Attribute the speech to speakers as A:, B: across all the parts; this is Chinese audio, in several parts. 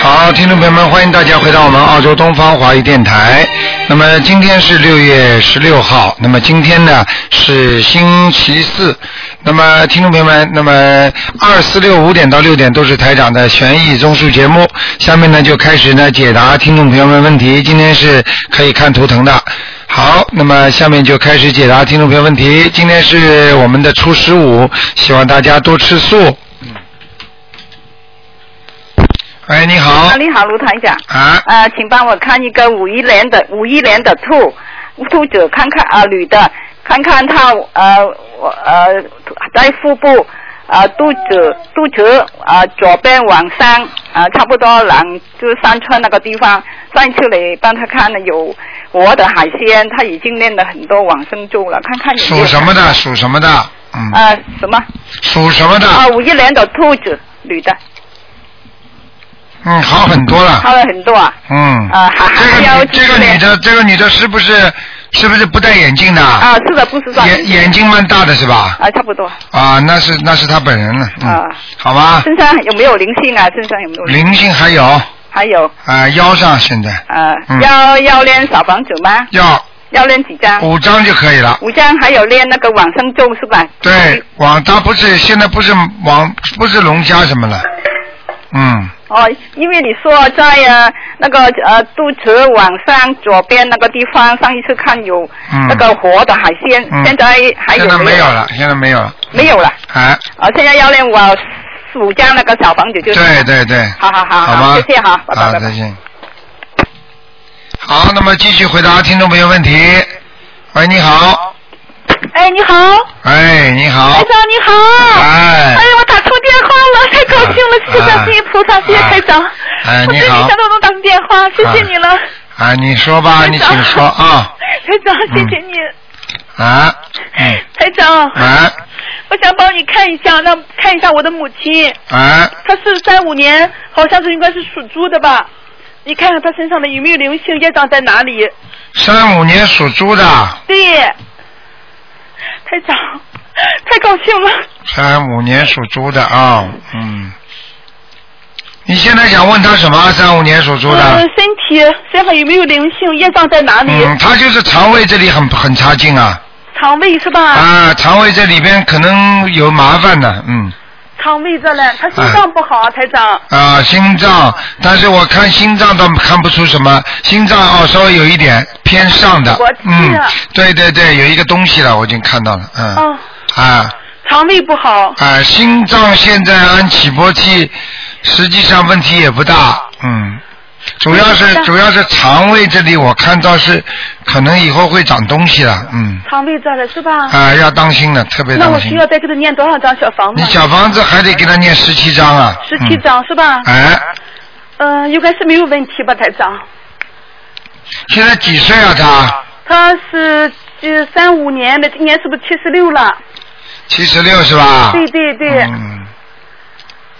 A: 好，听众朋友们，欢迎大家回到我们澳洲东方华语电台。那么今天是六月十六号，那么今天呢是星期四。那么听众朋友们，那么二四六五点到六点都是台长的悬疑综述节目。下面呢就开始呢解答听众朋友们问题。今天是可以看图腾的。好，那么下面就开始解答听众朋友问题。今天是我们的初十五，希望大家多吃素。喂，你好
B: 啊，你好，卢台长。
A: 啊，
B: 呃，请帮我看一个五一年的五一年的兔兔子，看看啊、女的，看看她呃我呃在腹部啊、呃、肚子肚子啊、呃、左边往上啊、呃、差不多两就是三寸那个地方，上一次你帮她看了有活的海鲜，她已经练了很多往生咒了，看看有没
A: 属
B: 有
A: 什么的？属什么的？嗯，
B: 啊、什么
A: 属什么的？
B: 啊五一年的兔子女的，
A: 嗯，好很多了。
B: 看了很多啊。
A: 嗯，
B: 啊，还
A: 这
B: 还
A: 个
B: 要
A: 女这个女的，这个女的是不是是不是不戴眼镜的？
B: 啊，是的，不是算
A: 眼眼睛蛮大的是吧？
B: 啊，差不多。
A: 啊，那是那是她本人了。嗯
B: 啊，
A: 好吧，
B: 身上有没有灵性啊？身上有没有灵？
A: 灵性还有啊、
B: 还有
A: 腰上现在
B: 呃，
A: 嗯
B: 要要练小房子吗？
A: 要哦
B: 要练几张？
A: 五张就可以了。
B: 五张，还有练那个往生咒是吧？
A: 对，网它不是现在不是网不是龙虾什么了，嗯，
B: 哦，因为你说在呃那个呃肚脐往上左边那个地方，上一次看有
A: 嗯
B: 那个活的海鲜，
A: 嗯
B: 现在还有
A: 现在
B: 没
A: 没有了，现在没有了，
B: 没有了，
A: 哎，
B: 啊，现在要练我五张那个小房子就是。
A: 对对对，
B: 好好好
A: 好吧，啊
B: 好，谢谢哈，拜拜
A: 好，
B: 拜
A: 再
B: 拜。
A: 见。好，那么继续回答听众朋友问题。喂，你好，
C: 哎，你好，
A: 哎，你好
C: 台，长你好。
A: 哎
C: 哎，，我打错电话了，太高兴了，谢谢观世音菩萨，谢谢台长。
A: 啊哎
C: 我
A: 你
C: 跟
A: 好
C: 你想到能打通电话，谢谢你了，
A: 啊，你说吧，
C: 台
A: 你
C: 长
A: 请说啊，
C: 台长，谢谢你，
A: 啊，嗯，
C: 台长，
A: 啊，
C: 我想帮你看一下，让看一下我的母亲，
A: 啊，
C: 她是三五年，好像是应该是属猪的吧？你看看她身上的有没有灵性，业障在哪里？
A: 三五年属猪的，
C: 对，台长， 太高兴了，
A: 三五年属猪的啊、嗯。你现在想问他什么？三五年属猪
C: 嗯
A: 的，，
C: 身体身上有没有灵性，业障在哪里？
A: 嗯，他就是肠胃这里很很差劲啊，
C: 肠胃是吧？
A: 啊，肠胃这里边可能有麻烦的，嗯，
C: 肠胃这嘞，
A: 哎
C: 他心脏不好啊，台长。
A: 啊，心脏，但是我看心脏倒看不出什么，心脏哦稍微有一点偏上的
C: 我记，
A: 嗯
C: 了，
A: 对对对，有一个东西了，我已经看到了，嗯，
C: 哦，
A: 啊
C: 肠胃不好。
A: 啊，心脏现在按起搏器，实际上问题也不大，嗯，主要是
C: 不大
A: 主要是肠胃这里我看到是可能以后会长东西了，嗯，
C: 肠胃这嘞是吧？
A: 啊，要当心了，特别
C: 那
A: 当
C: 我
A: 心
C: 需。要再给他念多少张小房
A: 你
C: 子？
A: 小房子还得给他念十七章啊，
C: 十七
A: 嗯
C: 张是吧？
A: 哎，
C: 嗯，应该是没有问题吧，台长。
A: 现在几岁啊？他
C: 他是呃三五年的，今年是不是七十六了？
A: 七十六是吧？
C: 对对对，
A: 嗯，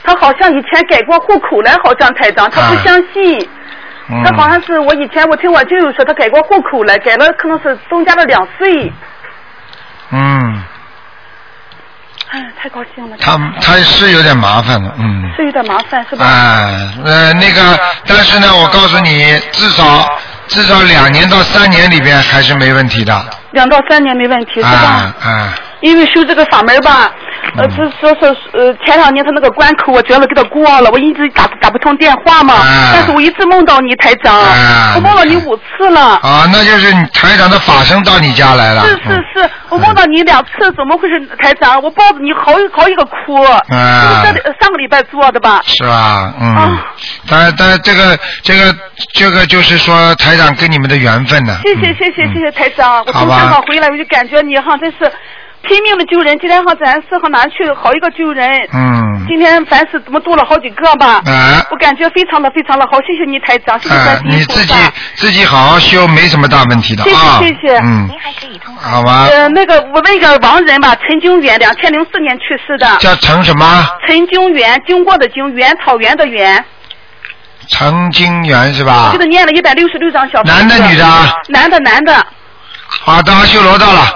C: 他好像以前改过户口了，好像台长，他不
A: 啊
C: 相信。
A: 嗯
C: 他好像是我以前我听我舅舅说他改过户口了，改了可能是增加了两岁。
A: 嗯，
C: 哎，太高兴了，
A: 他他是有点麻烦了，嗯。
C: 是有点麻烦是吧？
A: 啊，呃，那个，但是呢，我告诉你，至少至少两年到三年里边还是没问题的，
C: 两到三年没问题是
A: 啊
C: 吧？
A: 啊，
C: 因为修这个法门吧，呃，
A: 嗯
C: 就说是呃前两年他那个关口我觉得给他过了，我一直打打不通电话嘛，
A: 啊
C: 但是我一直梦到你台长，
A: 啊
C: 我梦到你五次了。
A: 啊，那就是你台长的法身到你家来了，
C: 是是
A: 嗯
C: 是，我梦到你两次，怎么回事，台长？我抱着你好好一个哭，
A: 啊
C: 就是这里上个礼拜做的吧？
A: 是吧？嗯
C: 啊，
A: 但但这个这个这个就是说台长跟你们的缘分呢，
C: 谢谢
A: 嗯
C: 谢谢
A: 嗯
C: 谢谢台长，我
A: 好
C: 从
A: 吧
C: 香港回来我就感觉你哈真是拼命的救人，今天哈咱是哈南去好一个救人，
A: 嗯，
C: 今天凡是怎么多了好几个吧？
A: 啊
C: 我感觉非常的非常的好，谢谢你台长，谢谢
A: 啊
C: 观，世
A: 你
C: 音菩
A: 自己
C: 萨。
A: 自己好好修，没什么大问题的
C: 谢谢
A: 啊，
C: 谢谢
A: 嗯，好吧，
C: 呃，那个我问一个亡人吧，陈经远，两千零四年去世的。
A: 叫陈什么？
C: 陈经远，经过的经，远草原的远，
A: 陈金元是吧
C: 我给？他念了一百六十六张小房子。
A: 男的女的啊？
C: 男的男的，
A: 好的，阿修罗到了。
C: 是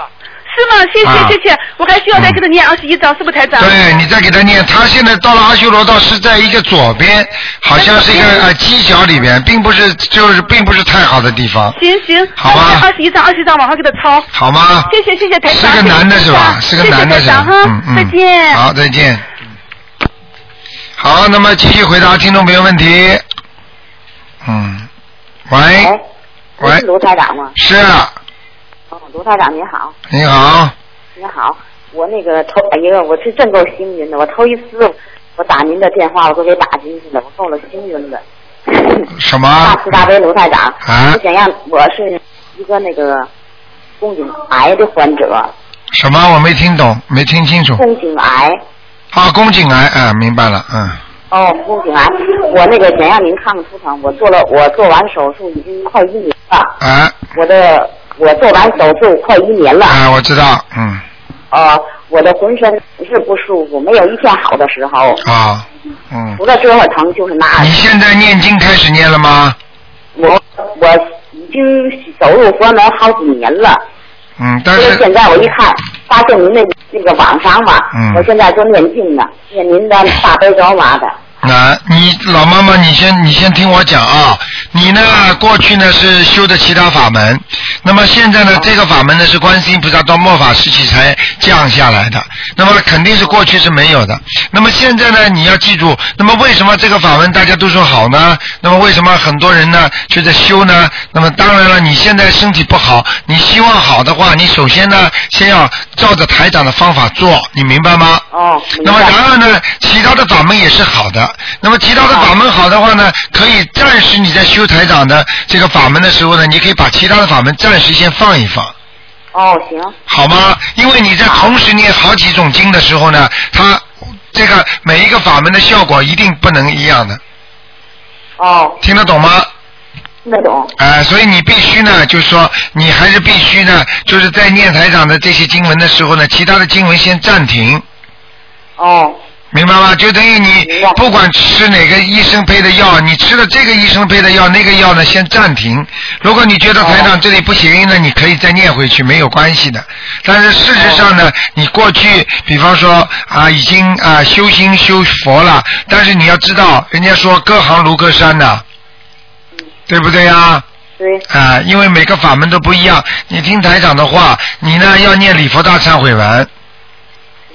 C: 是吗？谢谢、
A: 啊
C: 谢谢，我还需要再给他念二十一章，是不台长？
A: 对你再给他念，他现在到了阿修罗道是在一个左边，好像是一个呃犄角里边，并不是就是并不是太好的地方，
C: 行行，
A: 好啊吧
C: 二十一章，二十章，往上给他抄。
A: 好吗？
C: 谢谢谢谢台长。
A: 是个男的是吧？是
C: 谢
A: 个
C: 谢
A: 男的是吧
C: 台长？哈
A: 嗯嗯。
C: 再见。
A: 好，再见。好，那么继续回答听众朋友问题。嗯，喂
D: 哎，我是
A: 喂，
D: 卢台长吗？
A: 是啊，
D: 哦，卢台长您好，
A: 你好，
D: 您好，我那个头一个，我是真够幸运的，我头一次我打您的电话，我都给打进去了，我够了幸运的。
A: 什么
D: 大？慈大悲卢台长，
A: 啊
D: 我想让我是一个那个宫颈癌的患者，
A: 什么？我没听懂，没听清楚。
D: 宫颈癌。
A: 啊，宫颈癌啊，明白了，嗯，
D: 哦，宫颈癌，我那个想让您看看图腾，我做了，我做完手术已经快一年了，
A: 啊
D: 我的我做完手术快一年了，
A: 啊，我知道，嗯，
D: 呃，我的浑身是不舒服，没有一天好的时候，
A: 啊，嗯
D: 除，了这会儿疼就是那
A: 你现在念经开始念了吗？
D: 我我已经走入佛门好几年了，
A: 嗯，但
D: 所以现
A: 是
D: 在我一看，发现您那那个网上吧，
A: 嗯
D: 我现在就念经呢，念您的大悲咒嘛的，
A: 啊，你老妈妈，你先你先听我讲啊。你呢，过去呢是修的其他法门，那么现在呢，这个法门呢是观世音菩萨到末法时期才降下来的，那么肯定是过去是没有的。那么现在呢，你要记住，那么为什么这个法门大家都说好呢？那么为什么很多人呢觉得修呢？那么当然了，你现在身体不好，你希望好的话，你首先呢先要照着台长的方法做，你明白吗？
D: 哦，明
A: 那么
D: 白
A: 然后呢，其他的法门也是好的。那么其他的法门好的话呢，可以暂时你在修台长的这个法门的时候呢，你可以把其他的法门暂时先放一放。
D: 哦，行，
A: 好吗？因为你在同时念好几种经的时候呢，它这个每一个法门的效果一定不能一样的，
D: 哦，
A: 听得懂吗？
D: 那种，
A: 啊、所以你必须呢，就是说你还是必须呢，就是在念台长的这些经文的时候呢，其他的经文先暂停，
D: 哦，
A: 明白吗？就等于你
D: 明白
A: 不管吃哪个医生配的药，你吃了这个医生配的药，那个药呢先暂停。如果你觉得台
D: 哦
A: 长这里不行，那你可以再念回去，没有关系的。但是事实上
D: 哦
A: 呢，你过去比方说啊，已经啊修心修佛了，但是你要知道，人家说隔行如隔山呐、对不对呀、
D: 对，
A: 啊，因为每个法门都不一样。你听台长的话，你呢要念礼佛大忏悔文，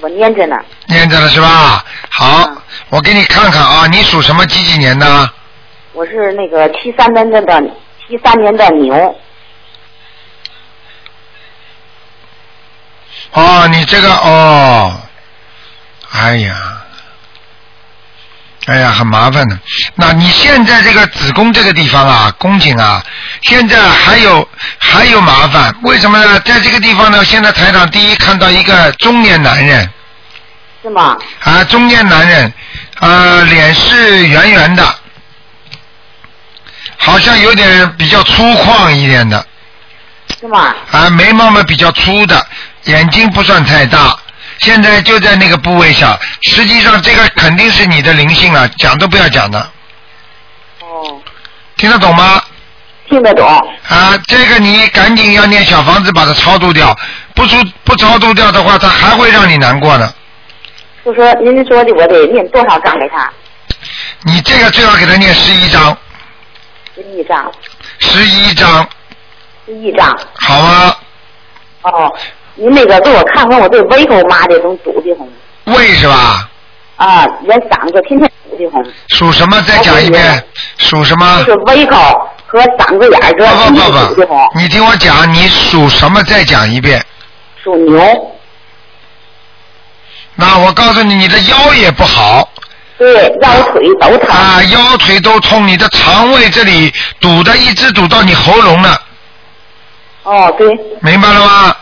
D: 我念着呢，
A: 念着了是吧？好
D: 嗯，
A: 我给你看看啊，你属什么几几年的？
D: 我是那个七三年的的七三年的牛，
A: 哦，你这个哦，哎呀，哎呀，很麻烦的。那你现在这个子宫这个地方啊，宫颈啊，现在还有还有麻烦，为什么呢？在这个地方呢，现在台长第一看到一个中年男人。
D: 是吗？
A: 啊，中年男人，呃，脸是圆圆的，好像有点比较粗犷一点的，
D: 是吗？
A: 啊，眉毛嘛比较粗的，眼睛不算太大，现在就在那个部位上，实际上这个肯定是你的灵性了，讲都不要讲的，
D: 哦，
A: 听得懂吗？
D: 听得懂，
A: 啊，这个你赶紧要念小房子把它超度掉，不出不超度掉的话，它还会让你难过的。
D: 就说您说的我得念多少章给他？
A: 你这个最好给他念十一章，
D: 十一章，
A: 十一章，
D: 十一章。
A: 好啊吗？
D: 哦，您那个给我看看我这胃口嘛的能堵的慌
A: 胃是吧？
D: 啊，也嗓子天天堵的慌，
A: 属什么？再讲一遍，属什么
D: 哦就？是胃口和嗓子眼儿
A: 不
D: 这天
A: 不
D: 天堵
A: 不
D: 的慌
A: 不，。你听我讲，你属什么？再讲一遍。
D: 属牛，
A: 那我告诉你，你的腰也不好
D: 对，腰腿都疼。
A: 啊，腰腿都痛，你的肠胃这里堵的一直堵到你喉咙了，
D: 哦，对，
A: 明白了吗？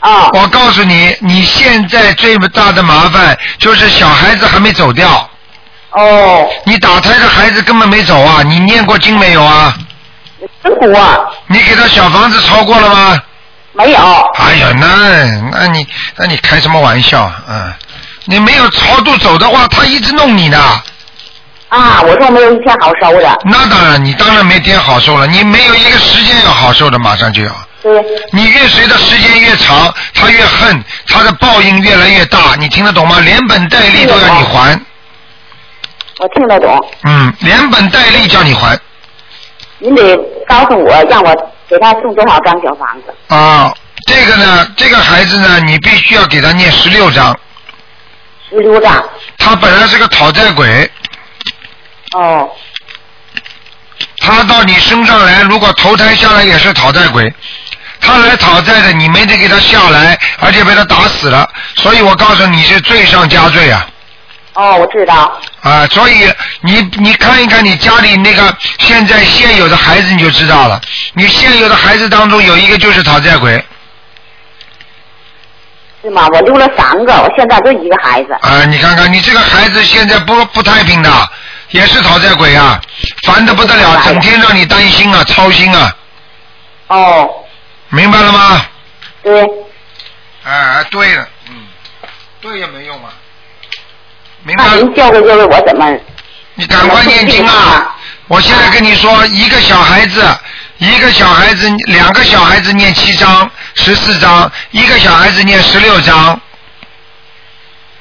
D: 啊、
A: 我告诉你，你现在最大的麻烦就是小孩子还没走掉，
D: 哦，
A: 你打胎的孩子根本没走啊！你念过经没有啊？
D: 真苦啊，
A: 你给他小房子超过了吗？
D: 没有，
A: 哎呀，那那你那你开什么玩笑啊？嗯，你没有超度走的话，他一直弄你的。
D: 啊，我说没有一天好收的，
A: 那当然，你当然没点好受了，你没有一个时间要好受的，马上就要。
D: 对，
A: 你越随的时间越长，他越恨，他的报应越来越大，你听得懂吗？连本带利都要你还，
D: 我听得懂。
A: 嗯，连本带利叫你还
D: 您得告诉我，让我给他送多少张小房子？
A: 啊。这个呢，这个孩子呢，你必须要给他念十六章。
D: 十六张。
A: 他本来是个讨债鬼，
D: 哦，
A: 他到你身上来，如果投胎下来也是讨债鬼。他来讨债的，你没得给他下来，而且被他打死了，所以我告诉你是罪上加罪啊。
D: 哦，我知道。
A: 啊，所以你你看一看你家里那个现在现有的孩子你就知道了，你现有的孩子当中有一个就是讨债鬼
D: 是吗？我留了三个，我现在就一个孩子。
A: 啊！你看看你这个孩子现在不不太平的，也是讨债鬼啊，烦的不得了，整天让你担心啊、操心啊，
D: 哦，嗯
A: 明白了吗？
D: 对，
A: 哎，对了，嗯，对也没用啊，明白
D: 那
A: 了
D: 您。教教教教我怎么？
A: 你赶快念经啊！我现在跟你说，一个小孩子，一个小孩子，两个小孩子念七章、十四章，一个小孩子念十六章，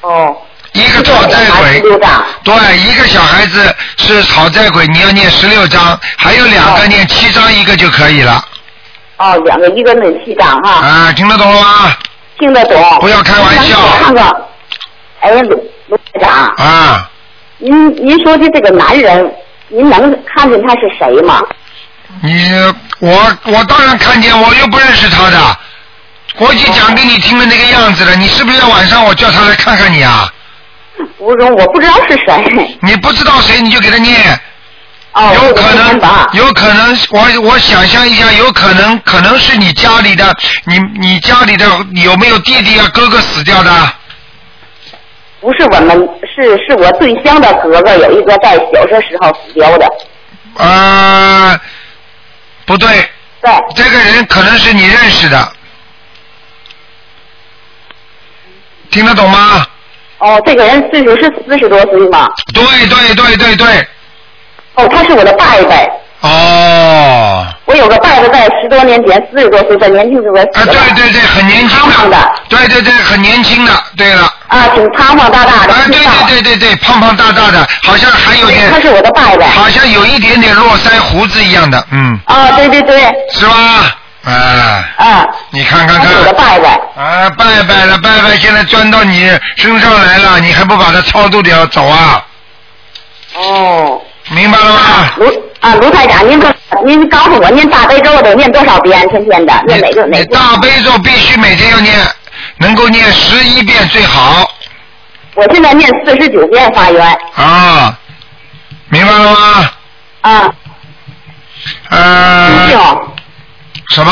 D: 哦，
A: 一个讨债
D: 十
A: 鬼。
D: 六张。
A: 对，一个小孩子是讨债鬼，你要念十六章，还有两个念七章，一个就可以了。
D: 哦，两个，一个那七张哈，
A: 啊，听得懂了吗？
D: 听得懂。
A: 不要开玩笑
D: 我看看，哎，卢卢台长，
A: 啊，
D: 您您说的这个男人，您能看见他是谁吗？
A: 你我我当然看见，我又不认识他的。我已经讲给你听的那个样子了，你是不是要晚上我叫他来看看你啊？
D: 吴荣，我不知道是谁。
A: 你不知道谁，你就给他念，
D: 哦，
A: 有可
D: 我不明白
A: 能，有可能，我我想象一下，有可能，可能是你家里的，你你家里的有没有弟弟啊哥哥死掉的？
D: 不是我们，是是我对象的哥哥有一个在小学时候死掉的，
A: 呃，不对，
D: 对，
A: 这个人可能是你认识的，听得懂吗？
D: 哦，这个人岁数是四十多岁嘛，
A: 对对对对对，
D: 哦，他是我的伯伯，
A: 哦，
D: 我有个伯伯在十多年前四十多岁，在年轻时候
A: 啊
D: 死的，
A: 对对对，很年轻
D: 胖胖的
A: 对对对，很年轻的，对了，
D: 啊，挺胖胖大大的，
A: 啊
D: 知
A: 对
D: 道
A: 对对对对，胖胖大大的，好像还有点
D: 他是我的伯伯，
A: 好像有一点点络腮胡子一样的，嗯，
D: 啊，对对对，
A: 是吧？啊，
D: 啊，
A: 你看看
D: 他是我的
A: 看，
D: 伯伯，
A: 啊，拜拜了，拜拜，现在钻到你身上来了，你还不把它超度掉走啊？
D: 哦，
A: 明白了吗？
D: 卢啊卢台长，您告您告诉我，念大悲咒得念多少遍？天天的念哪个
A: 你
D: 哪
A: 你
D: 个？
A: 大悲咒必须每天要念，能够念十一遍最好
D: 我现在念四十九遍发愿
A: 啊，明白了吗？
D: 啊，心经
A: 呃，什么？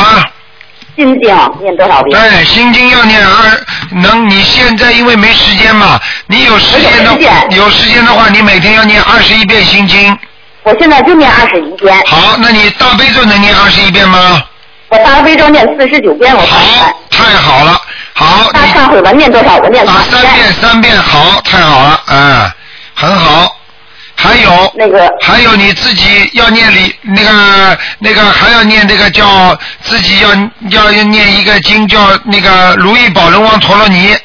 D: 心经念多少遍？
A: 对，心经要念二能，你现在因为没时间嘛，你有时间
D: 我有时间
A: 的有时间的话，你每天要念二十一遍心经。
D: 我现在就念二十一遍，
A: 好，那你大悲咒能念二十一遍吗？
D: 我大悲咒念四十九遍，我发
A: 好
D: 愿。，
A: 太好了，好，
D: 大
A: 你
D: 忏悔文念多少？我念
A: 啊
D: 三
A: 三遍三遍，好，太好了，嗯，很好。还有
D: 那个
A: 还有你自己要念礼那个那个还要念这个叫自己要要要念一个经叫那个如意宝轮王陀罗尼。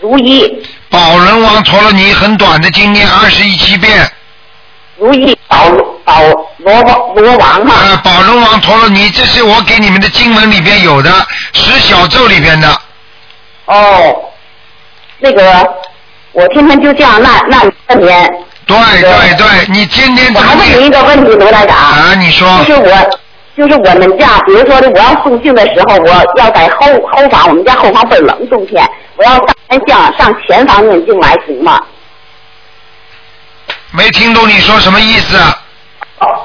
D: 如意
A: 宝轮王陀罗尼很短的经念二十一七遍，
D: 如意宝宝罗王罗王哈，
A: 呃，宝轮王陀罗尼，这是我给你们的经文里边有的，十小咒里边的，
D: 哦，那个我天天就这样那那那念。
A: 对对
D: 对
A: 对，你天天
D: 我
A: 怎
D: 还
A: 么
D: 问您
A: 念
D: 一个问题，卢台长，
A: 啊？你
D: 就
A: 说
D: 是我。就是我们家，比如说的，我要送信的时候，我要在后后房，我们家后房倍儿冷，冬天，我要上向上前房念经来行吗？
A: 没听懂你说什么意思啊？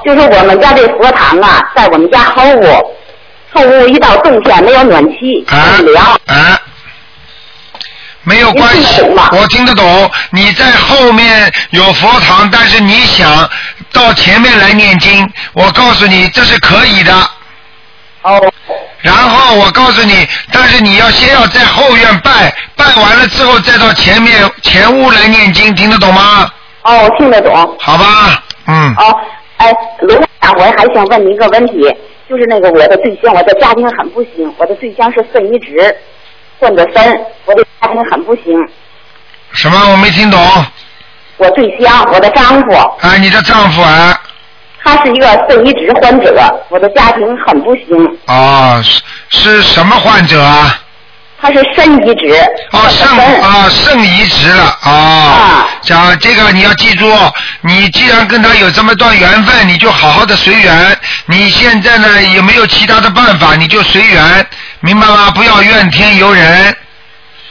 D: 就是我们家这佛堂啊，在我们家后屋，后屋一到冬天没有暖气，
A: 啊
D: 很凉。
A: 啊，没有关
D: 您
A: 系
D: 听得懂吗，
A: 我听得懂。你在后面有佛堂，但是你想到前面来念经，我告诉你这是可以的。
D: 哦
A: 然后我告诉你，但是你要先要在后院拜，拜完了之后再到前面前屋来念经，听得懂吗？
D: 哦，听得懂。
A: 好吧，嗯，
D: 哦，哎，卢台长，我还想问您一个问题，就是那个我的对象，我的家庭很不行，我的对象是肾移植，患者三，我的家庭很不行。
A: 什么？我没听懂。
D: 我对象，我的丈夫，
A: 啊，你的丈夫啊，
D: 他是一个肾移植患者，我的家庭很不行，
A: 哦，是是什么患者啊？
D: 他是肾移植，
A: 哦，肾
D: 我的肾
A: 啊，肾移植了哦
D: 啊。
A: 讲这个你要记住，你既然跟他有这么段缘分，你就好好的随缘。你现在呢也没有其他的办法，你就随缘，明白吗？不要怨天尤人。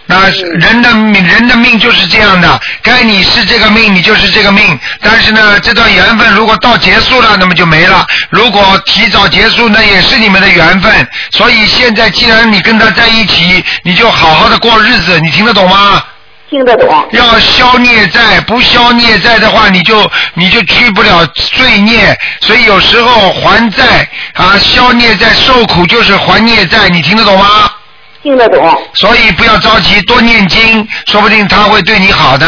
A: 那
D: 嗯
A: 是人的命，人的命就是这样的，该你是这个命，你就是这个命。但是呢，这段缘分如果到结束了，那么就没了；如果提早结束，那也是你们的缘分。所以现在，既然你跟他在一起，你就好好的过日子，你听得懂吗？
D: 听得懂。
A: 要消孽债，不消孽债的话，你就你就去不了罪孽。所以有时候还债啊，消孽债，受苦就是还孽债，你听得懂吗？
D: 听得懂，
A: 所以不要着急，多念经，说不定他会对你好的。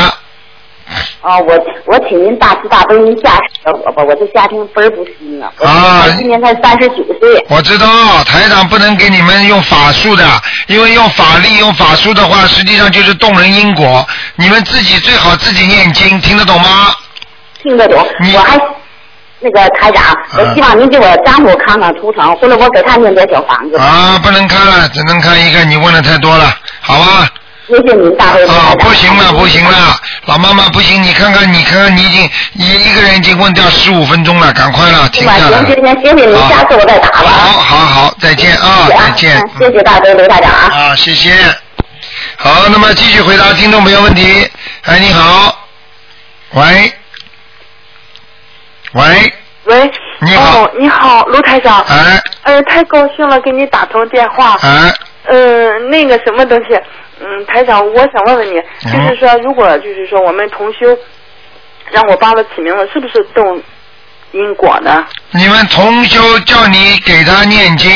D: 啊，我我请您大慈大悲，您加持我吧，我这家庭倍儿不行啊！
A: 啊
D: 我今年才三十九岁，
A: 我知道台长不能给你们用法术的，因为用法力、用法术的话，实际上就是动人因果。你们自己最好自己念经，听得懂吗？
D: 听得懂
A: 你，
D: 我还那个台长，我
A: 嗯
D: 希望您给我丈夫看看图腾，或者我给他念点小房子。
A: 啊，不能看了，只能看一个。你问的太多了，好吧？
D: 谢谢您，大悲
A: 啊
D: 台，长。
A: 不行了，不行了，老妈妈不行，你看看，你看看，你已经一一个人已经问掉十五分钟了，赶快了，停
D: 是吧？
A: 下来啊了。
D: 行行行，谢谢您，
A: 好
D: 下次我再打吧。
A: 好好好，再见啊，
D: 谢谢
A: 再见。
D: 嗯谢谢大悲刘台长啊。
A: 啊，谢谢。好，那么继续回答听众朋友问题。哎，你好，喂，喂，
E: 喂，
A: 你好
E: 哦，你好，卢台长，
A: 哎
E: 呃，太高兴了，给你打通电话。
A: 哎，
E: 呃，那个什么东西，嗯，台长，我想问问你，
A: 嗯
E: 就是说，如果就是说我们同修让我帮他起名字，是不是动因果呢？
A: 你们同修叫你给他念经，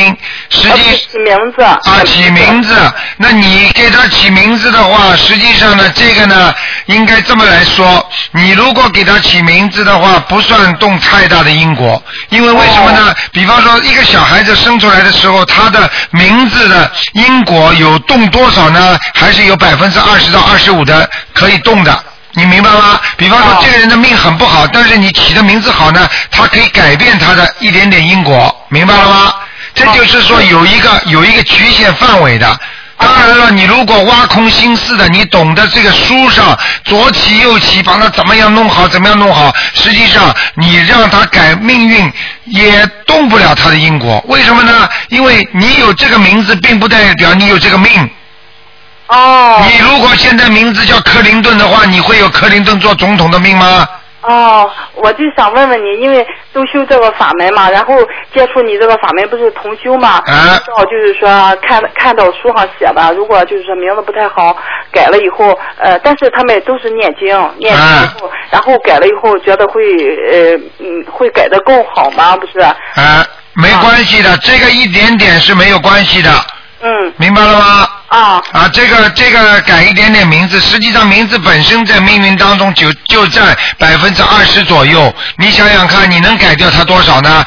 A: 实
E: 呃不
A: 际
E: 是起名字
A: 啊起名字，那你给他起名字的话，实际上呢，这个呢应该这么来说，你如果给他起名字的话，不算动太大的因果，因为为什么呢？比方说一个小孩子生出来的时候，他的名字的因果有动多少呢？还是有百分之二十到二十五的可以动的。
E: 哦
A: 你明白吗？比方说，这个人的命很不好，但是你起的名字好呢，他可以改变他的一点点因果，明白了吗？这就是说有一个有一个局限范围的。当然了，你如果挖空心思的，你懂得这个书上左起右起，把它怎么样弄好，怎么样弄好，实际上你让他改命运也动不了他的因果。为什么呢？因为你有这个名字，并不代表你有这个命。
E: 哦
A: 你如果现在名字叫克林顿的话，你会有克林顿做总统的命吗？
E: 哦，我就想问问你，因为都修这个法门嘛，然后接触你这个法门不是同修嘛，
A: 啊
E: 知道就是说看看到书上写的，如果就是说名字不太好，改了以后，呃，但是他们都是念经，念经以后，然后改了以后觉得会呃嗯会改的更好吗？不是，
A: 啊，没关系的，这个一点点是没有关系的，
E: 嗯
A: 明白了吗？
E: 啊
A: 啊，这个这个改一点点名字，实际上名字本身在命运当中就就占百分之二十左右。你想想看，你能改掉它多少呢？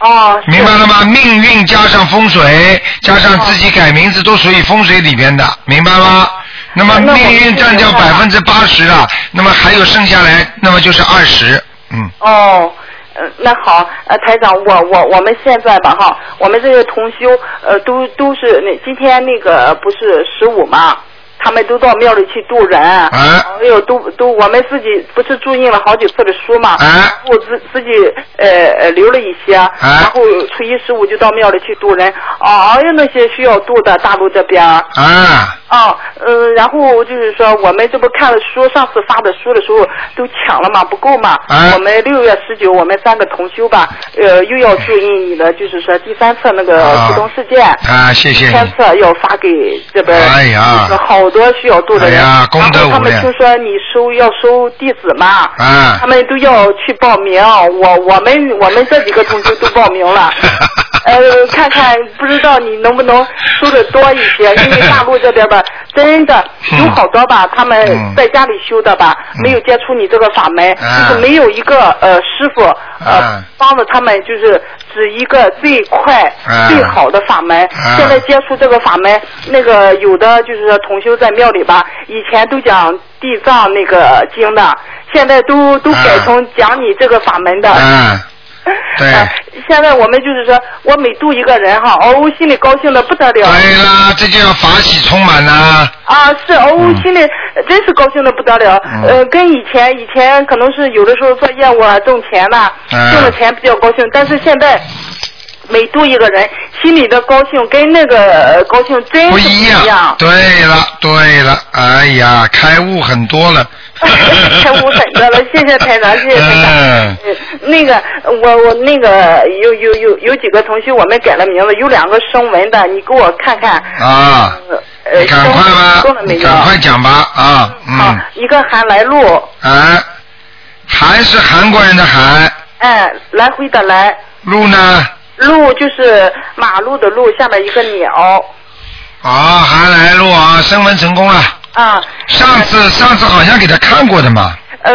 E: 哦，是哦
A: 明白了吗？命运加上风水，加上自己改名字，都属于风水里边的，明白吗？那么
E: 嗯那我
A: 命运占掉
E: 明白
A: 百
E: 了
A: 分之八十了，那么还有剩下来，那么就是二十，嗯，
E: 哦，呃，那好，呃，台长，我我我们现在吧哈，我们这些同修，呃，都都是那今天那个不是十五嘛，他们都到庙里去渡人，还有都都我们自己不是注印了好几次的书嘛，
A: 哎、
E: 然后自自己呃呃留了一些，然后初一十五就到庙里去渡人，啊，哎呀那些需要渡的大陆这边儿。
A: 啊，
E: 啊，嗯，然后就是说，我们这不看了书，上次发的书的时候都抢了嘛，不够嘛。
A: 啊
E: 我们六月十九，我们三个同修吧，呃，又要注意你的，就是说第三册那个
A: 啊
E: 启动事件，
A: 啊，谢谢
E: 第三
A: 你，
E: 册要发给这边，
A: 哎呀
E: 就是好多需要度的人。
A: 哎呀功德
E: 然后他
A: 无
E: 们
A: 量
E: 就说你收要收弟子嘛。
A: 啊，
E: 他，们都要去报名，我我们我们这几个同学都报名了 呃，看看不知知道你能不能说的多一 些，因为大陆这边吧，真的
A: 嗯
E: 有好多吧，他们在家里修的吧，没有接触你这个法门，
A: 啊
E: 就是没有一个呃师傅
A: 啊
E: 呃帮着他们，就是指一个最快
A: 啊
E: 最好的法门。
A: 啊
E: 现在接触这个法门，那个有的就是说同修在庙里吧，以前都讲地藏那个经的，现在都都改
A: 啊
E: 成讲你这个法门的。
A: 啊，对
E: 啊现在我们就是说，我每度一个人哈，哦，我心里高兴的不得了。
A: 对啦，哎这就要法喜充满啦。
E: 啊，是哦，我心里呃真是高兴的不得了。
A: 嗯
E: 呃，跟以前以前可能是有的时候做业务啊，挣钱呐、
A: 嗯
E: 挣了钱比较高兴，但是现在每度一个人，心里的高兴跟那个呃高兴真是
A: 不
E: 不
A: 一 样，对了，对了，哎呀，开悟很多了，
E: 太无很多了，谢谢台长，谢谢台长。
A: 嗯，
E: 呃那个，我我那个有有有有几个同学，我们改了名字，有两个声纹的，你给我看看。
A: 啊，
E: 呃，
A: 你赶快吧
E: 说了，没
A: 你
E: 有？
A: 赶快讲吧，啊，
E: 好
A: 嗯，，
E: 一个韩来路，
A: 啊，韩是韩国人的韩，
E: 哎，来回的来，
A: 路呢？
E: 路就是马路的路，下面一个鸟
A: 啊，韩来路啊，升温成功了。
E: 啊。
A: 上次上次好像给他看过的嘛，
E: 呃，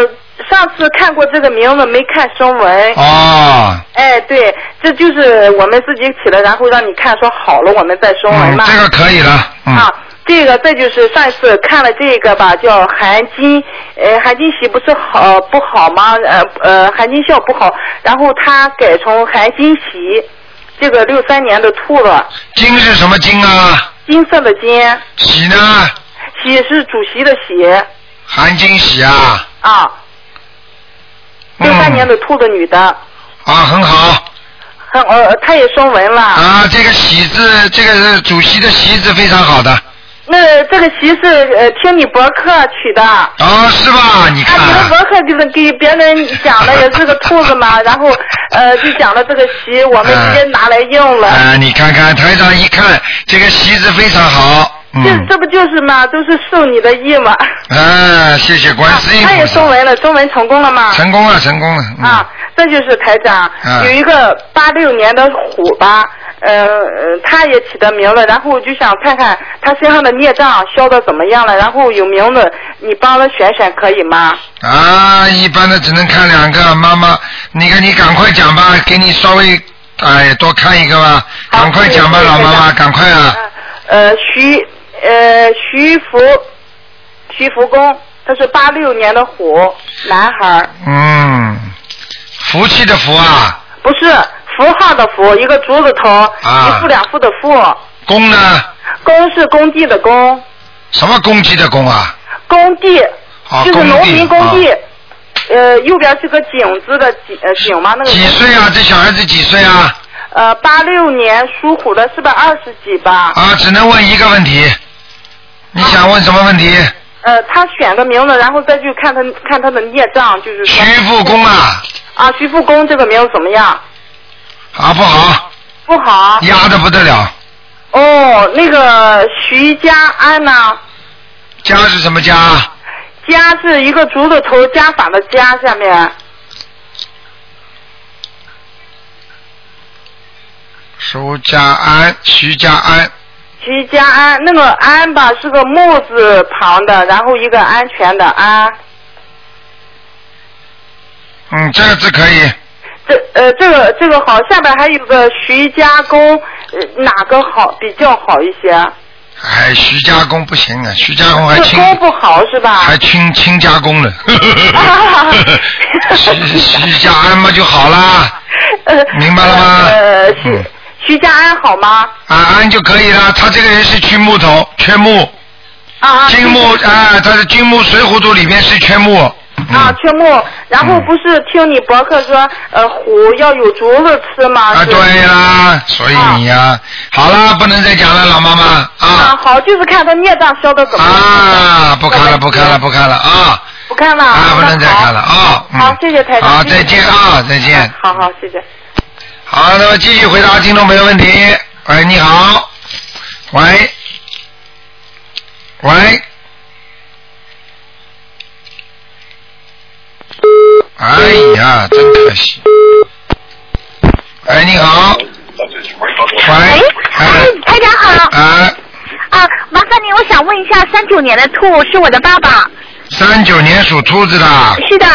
E: 上次看过这个名字，没看声纹。
A: 哦，
E: 哎，对，这就是我们自己起了，然后让你看，说好了，我们再声纹
A: 嗯
E: 嘛。，
A: 这个可以了，嗯
E: 啊，，这个再就是上一次看了这个吧，叫含金，呃，含金喜不是好不好吗？呃呃，含金笑不好，然后他改成含金喜，这个六三年的兔子，
A: 金是什么金啊？
E: 金色的金，
A: 喜呢？
E: 喜是主席的喜
A: 韩金喜啊，
E: 啊，
A: 嗯
E: 六三年的兔子女的，
A: 啊，很好
E: 很呃，她也升文了。
A: 啊，这个喜字，这个是主席的席字非常好的
E: 那这个喜是呃听你博客取的。
A: 哦，是吧？你看
E: 啊，你的博客就是给别人讲的也是个兔 子嘛，然后呃就讲了这个席，我们直接拿来用了，
A: 啊，你看看台长一看，这个席字非常好，
E: 这
A: 嗯，
E: 这不就是嘛，都是受你的意嘛。
A: 啊，谢谢观
E: 嗯啊
A: 世音
E: 他也
A: 菩
E: 中
A: 萨，
E: 文了，中文成功了吗？
A: 成功了，成功了，嗯
E: 啊，这就是台长
A: 啊，
E: 有一个八六年的虎吧，呃，呃他也起的名了，然后我就想看看他身上的孽障消的怎么样了，然后有名字，你帮他选选可以吗？
A: 啊，一般的只能看两个。妈妈，你看你赶快讲吧，给你稍微哎多看一个吧，
E: 好
A: 赶快讲吧，
E: 谢谢
A: 老妈妈，
E: 谢谢
A: 赶快啊！
E: 呃，徐呃徐福徐福公，他是八六年的虎男孩儿，
A: 嗯，福气的福啊，
E: 不是符号的符，一个竹字头，一副两副的副，
A: 啊公呢？
E: 工是工地的工，
A: 什么公鸡的公啊？
E: 工地、
A: 啊，
E: 就是
A: 公
E: 农
A: 地
E: 民工地，
A: 啊。
E: 呃，右边是个井字的井，呃，井吗？那个
A: 几岁啊？这小孩子几岁啊？
E: 呃，八六年属虎的，是不是二十几吧？
A: 啊，只能问一个问题。你想问什么问题？
E: 呃，他选个名字，然后再去看他看他的孽障，就是
A: 徐
E: 说
A: 副公啊，
E: 啊，徐福公这个名字怎么样？
A: 啊不好，
E: 不好。啊
A: 压的不得了。
E: 哦，那个徐家安呐、
A: 家是什么家啊？
E: 家是一个竹字头加法的加下面，
A: 舒家安，徐家安。
E: 徐家安那个安吧是个木字旁的，然后一个安全的啊安。
A: 嗯，这个字可以。
E: 这呃这个这个好，下边还有个徐家公，呃哪个好比较好一些？啊
A: 哎，徐家公不行啊，徐家公还
E: 这
A: 亲
E: 公不好是吧？
A: 还亲亲家公 呢。徐徐家安嘛就好啦，
E: 呃
A: 明白了吗
E: 呃
A: 嗯
E: 徐徐家安好吗？
A: 啊安就可以了。他这个人是缺木头，缺木，
E: 啊啊
A: 金木啊，他是金木水浒土里面是缺木。
E: 啊，
A: 嗯
E: 缺木。然后不是听你博客说，呃，虎要有竹子吃吗？
A: 啊，
E: 是
A: 对啦，所以你呀、好啦，不能再讲了，老妈妈
E: 啊，
A: 啊
E: 好，就是看他孽障消的怎么样。
A: 啊，不看了，不看了，不看了啊
E: 不看了。
A: 啊，不能再看了
E: 那
A: 啊。嗯
E: 好好，谢谢台长。
A: 好，
E: 谢谢
A: 再见啊，再见。
E: 好好，谢谢。
A: 好，那么继续回答听众朋友问题。喂，你好，喂，喂，哎呀，真可惜。哎，你好，喂，哎，哎
F: 啊我想问一下，三九年的兔是我的爸爸，
A: 三九年属兔子的，
F: 是的，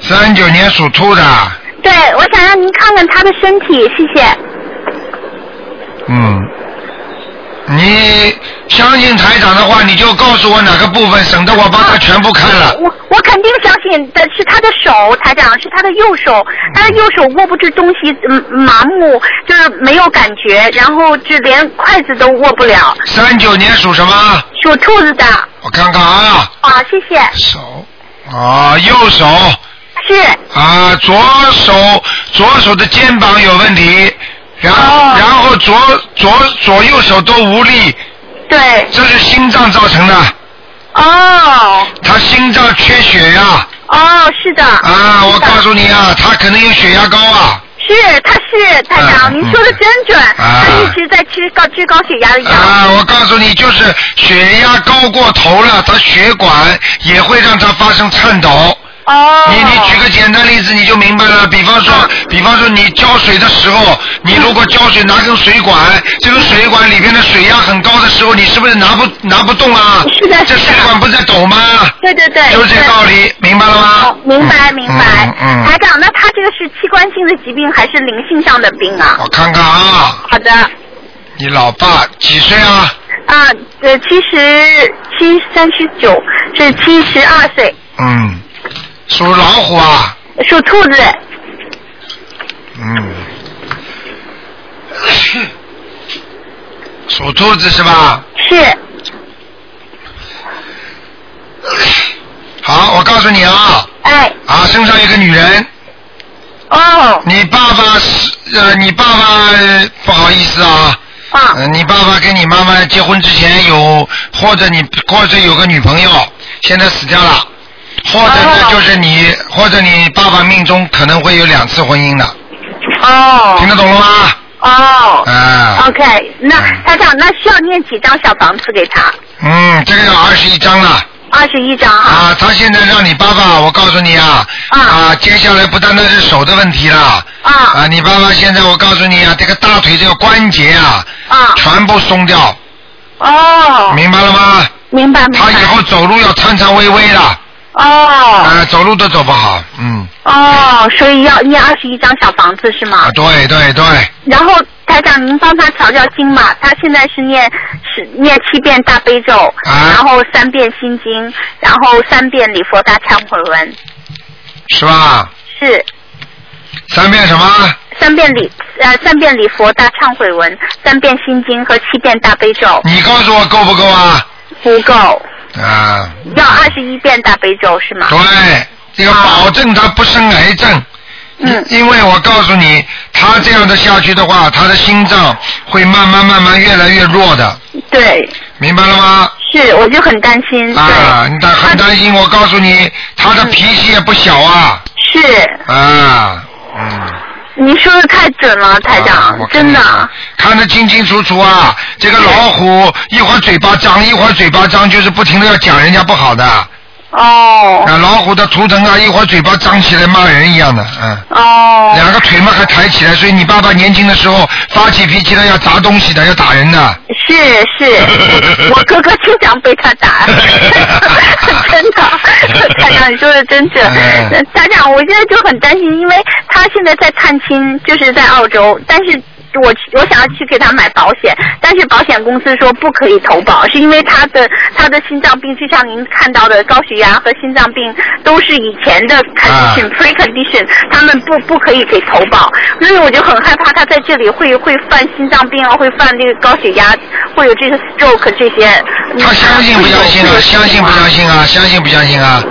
A: 三九年属兔的，
F: 对，我想让您看看他的身体，谢谢。
A: 嗯，你相信台长的话，你就告诉我哪个部分，省得我帮他全部看了。
F: 我我肯定相信的是他的手，台长是他的右手，他的右手握不住东西，嗯麻木，就是没有感觉，然后就连筷子都握不了，
A: 三九年属什么？
F: 属兔子的。
A: 啊我看看啊，
F: 啊，谢谢，
A: 手啊，右手
F: 是
A: 啊，左手左手的肩膀有问题，然后、
F: 哦
A: 然后左左左右手都无力，
F: 对，
A: 这是心脏造成的，
F: 哦，
A: 他心脏缺血呀、
F: 哦，是的，
A: 啊，我告诉你啊，他可能有血压高啊，
F: 是，他是台长，
A: 嗯
F: 您说的真准，
A: 啊
F: 他一直在吃高治高血压的药，
A: 啊，我告诉你，就是血压高过头了，他血管也会让他发生颤抖。
F: 哦，嗯
A: 你你举个简单例子你就明白了，比方说，比方说你浇水的时候，你如果浇水拿根水管，这个水管里边的水压很高的时候，你是不是拿不拿不动啊？
F: 是的
A: 这
F: 是的
A: 水管不在抖吗？
F: 对对对，
A: 就是这
F: 对
A: 道理，明白了
F: 哦
A: 吗？
F: 明白明白，
A: 嗯嗯
F: 台长，那他这个是器官性的疾病还是灵性上的病啊？
A: 我看看啊，
F: 好的，
A: 你老爸几岁啊？
F: 啊，呃，七十七三十九是七十二岁，
A: 嗯，属老虎啊。
F: 属兔 子，
A: 嗯。属兔子是吧？
F: 是
A: 好，我告诉你啊，
F: 哎
A: 啊，身上有个女人，
F: 哦
A: 你爸爸是呃，你爸爸呃不好意思啊，
F: 啊
A: 呃，你爸爸跟你妈妈结婚之前有，或者你或者有个女朋友，现在死掉了，或者呢
F: 哦
A: 就是你，或者你爸爸命中可能会有两次婚姻的，听
F: 哦
A: 得懂了吗？
F: 哦
A: 啊，
F: ，OK，那
A: 嗯
F: 台长那需要念几张小房子给他？
A: 嗯，这个要二十一章了。
F: 二十一张啊，
A: 啊，他现在让你爸爸，我告诉你啊，
F: 啊
A: 啊，接下来不单单是手的问题了，
F: 啊
A: 啊，你爸爸现在我告诉你啊，这个大腿这个关节啊，
F: 啊
A: 全部松掉，
F: 哦，
A: 明白了吗？
F: 明白明
A: 他以
F: 白
A: 后走路要颤颤巍巍的，
F: 哦
A: 啊，走路都走不好，嗯，
F: 哦，所以要念二十一张小房子是吗
A: 啊，？对对对，
F: 然后台长，您帮他调调经嘛？他现在是念是念七遍大悲咒，
A: 啊
F: 然后三遍心经，然后三遍礼佛大忏悔文，
A: 是吧？
F: 是
A: 三遍什么？
F: 三遍礼呃三遍礼佛大忏悔文，三遍心经和七遍大悲咒
A: 你告诉我够不够啊？
F: 不够，
A: 啊，
F: 要二十一遍大悲咒是吗？
A: 对，这个保证他不生癌症。
F: 嗯
A: 因为我告诉你，他这样的下去的话，他的心脏会慢慢慢慢越来越弱的，
F: 对，
A: 明白了吗？
F: 是我就很担心，对，嗯
A: 啊，你担很担心，我告诉你，他的脾气也不小啊，
F: 是
A: 啊，嗯，
F: 您说的太准了，台长，
A: 啊我跟
F: 真
A: 你
F: 的
A: 讲看得清清楚楚啊。这个老虎一会儿嘴巴张，一会儿嘴巴张，就是不停的要讲人家不好的。
F: 哦
A: 啊，老虎的图腾啊，一会儿嘴巴张起来骂人一样的，嗯。
F: 哦
A: 两个腿嘛还抬起来，所以你爸爸年轻的时候发起脾气来要砸东西的，要打人的。
F: 是 是，我哥哥经常被他打， 真的， 台长你说的真准
A: 嗯。
F: 台长，我现在就很担心，因为他现在在探亲，就是在澳洲，但是。我去我想要去给他买保险，但是保险公司说不可以投保，是因为他的他的心脏病，就像您看到的高血压和心脏病都是以前
A: 啊
F: 的 condition、precondition，他们不不可以给投保，所以我就很害怕他在这里会会犯心脏病啊，会犯这个高血压，会有这个 stroke 这些。嗯
A: 他相信不相信啊？相信不相信啊？相信不相信啊？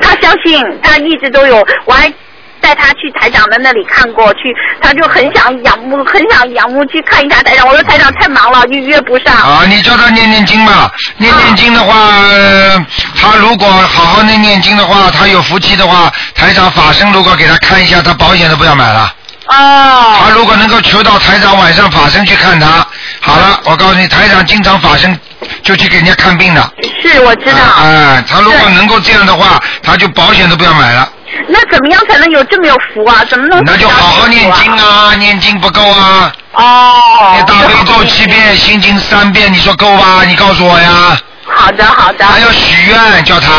F: 他相信，他一直都有，我还带他去台长的那里看过去，他就很想仰慕，很想仰慕去看一下台长。我说台长太忙了，预约不上。
A: 啊，你叫他念念经吧，念念经的话，呃他如果好好的念经的话，他有福气的话，台长法身如果给他看一下，他保险都不要买了。他
F: 哦，
A: 如果能够求到台长晚上法身去看他，好了，我告诉你，台长经常法身就去给人家看病的。
F: 是我知道。
A: 啊、哎他如果
F: 对
A: 能够这样的话，他就保险都不要买了。
F: 那怎么样才能有这么有福啊？怎么能
A: 那就好好念经
F: 啊？
A: 啊，念经不够啊，
F: 哦，
A: 念大非咒七遍，心经三遍，你说够吧？你告诉我呀。
F: 好的，好的。
A: 还要许愿，叫他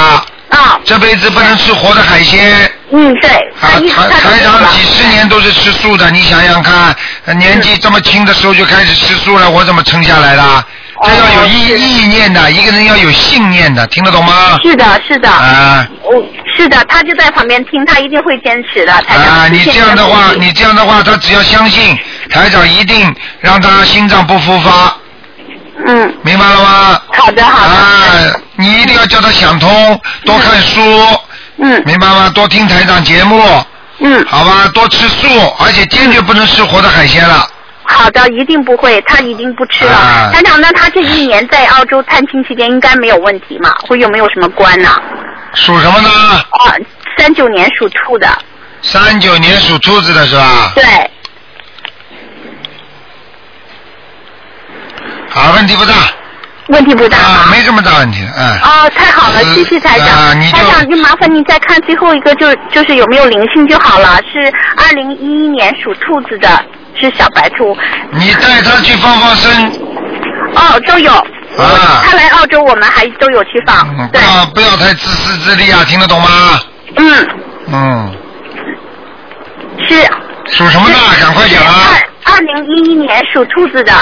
F: 啊，
A: 这辈子不能吃活的海鲜。
F: 嗯，对。
A: 啊，
F: 他一
A: 台
F: 他
A: 台长几十年都是吃素的，你想想看，呃
F: 嗯
A: 年纪这么轻的时候就开始吃素了，我怎么撑下来的？
F: 哦
A: 这要有意意念的，一个人要有信念的，听得懂吗？
F: 是的，是的，
A: 啊
F: 我是的，他就在旁边听，他一定会坚持的。台长
A: 啊！你
F: 谢谢
A: 这样的话，
F: 鼓励
A: 你这样的话，他只要相信台长，一定让他心脏不复发，
F: 嗯，
A: 明白了吗？
F: 好的，好的，
A: 啊，你一定要叫他想通，多看书，
F: 嗯
A: 明白吗？多听台长节目，
F: 嗯，
A: 好吧？多吃素，而且坚决不能吃活的海鲜了。
F: 好的，一定不会，他一定不吃了。
A: 啊
F: 台长，那他这一年在澳洲探亲期间应该没有问题嘛？会有没有什么关呢？
A: 属什么呢？
F: 啊，三九年属兔的，
A: 三九年属兔子的是吧？
F: 对，
A: 啊，问题不大
F: 问题不大
A: 啊，
F: 吧？
A: 没什么大问题，嗯。
F: 哦，太好了，
A: 呃
F: 谢谢台长。
A: 啊你就
F: 台长，就麻烦你再看最后一个就，就是有没有灵性就好了。是二零一一年属兔子的，是小白兔。
A: 你带他去放放生，
F: 哦，都有。
A: 啊
F: 他来澳洲，我们还都有去放。
A: 嗯不
F: 对，
A: 要不要太自私自利啊，听得懂吗？
F: 嗯，
A: 嗯，
F: 是。
A: 属什么的？赶快讲啊！
F: 二二零一一年属兔子的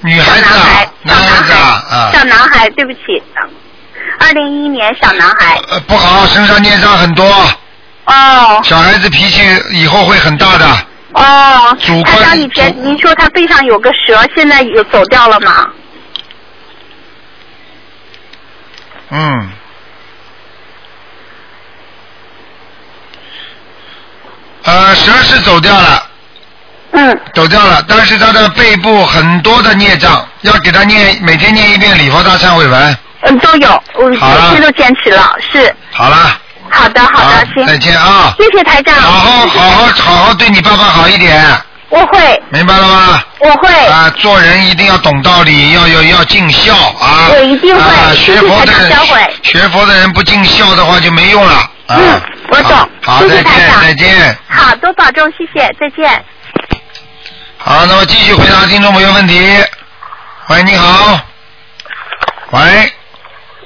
A: 女
F: 小
A: 孩
F: 男
A: 子啊
F: 孩，，
A: 男孩子啊，
F: 小
A: 啊，
F: 男孩，对不起，二零一一年小男孩。
A: 呃，不好，身上孽障很多，
F: 哦
A: 小孩子脾气以后会很大的。
F: 哦
A: 主，观
F: 台长以前
A: 主
F: 您说他背上有个蛇，现在有走掉了吗？
A: 嗯。呃，蛇是走掉了，
F: 嗯，
A: 走掉了，但是他的背部很多的孽障，要给他念，每天念一遍礼佛大忏悔文。
F: 嗯，都有，我每
A: 好了
F: 天都坚持了，是
A: 好了，啊
F: 好的，好的，行，
A: 再见啊！
F: 谢谢台长，
A: 好好好好好好对你爸爸好一点，
F: 我会，
A: 明白了吗？
F: 我会，
A: 啊，做人一定要懂道理，要要要尽孝啊！
F: 我一定会
A: 啊，学佛的
F: 谢谢台
A: 人
F: 长教诲，
A: 学佛的人不尽孝的话就没用了。啊、
F: 嗯我懂
A: 好好，
F: 谢
A: 再
F: 谢台
A: 见，
F: 长
A: 再见。
F: 好，多保重，谢谢，再见。
A: 好，那么继续回答听众朋友问题。喂，你好。喂，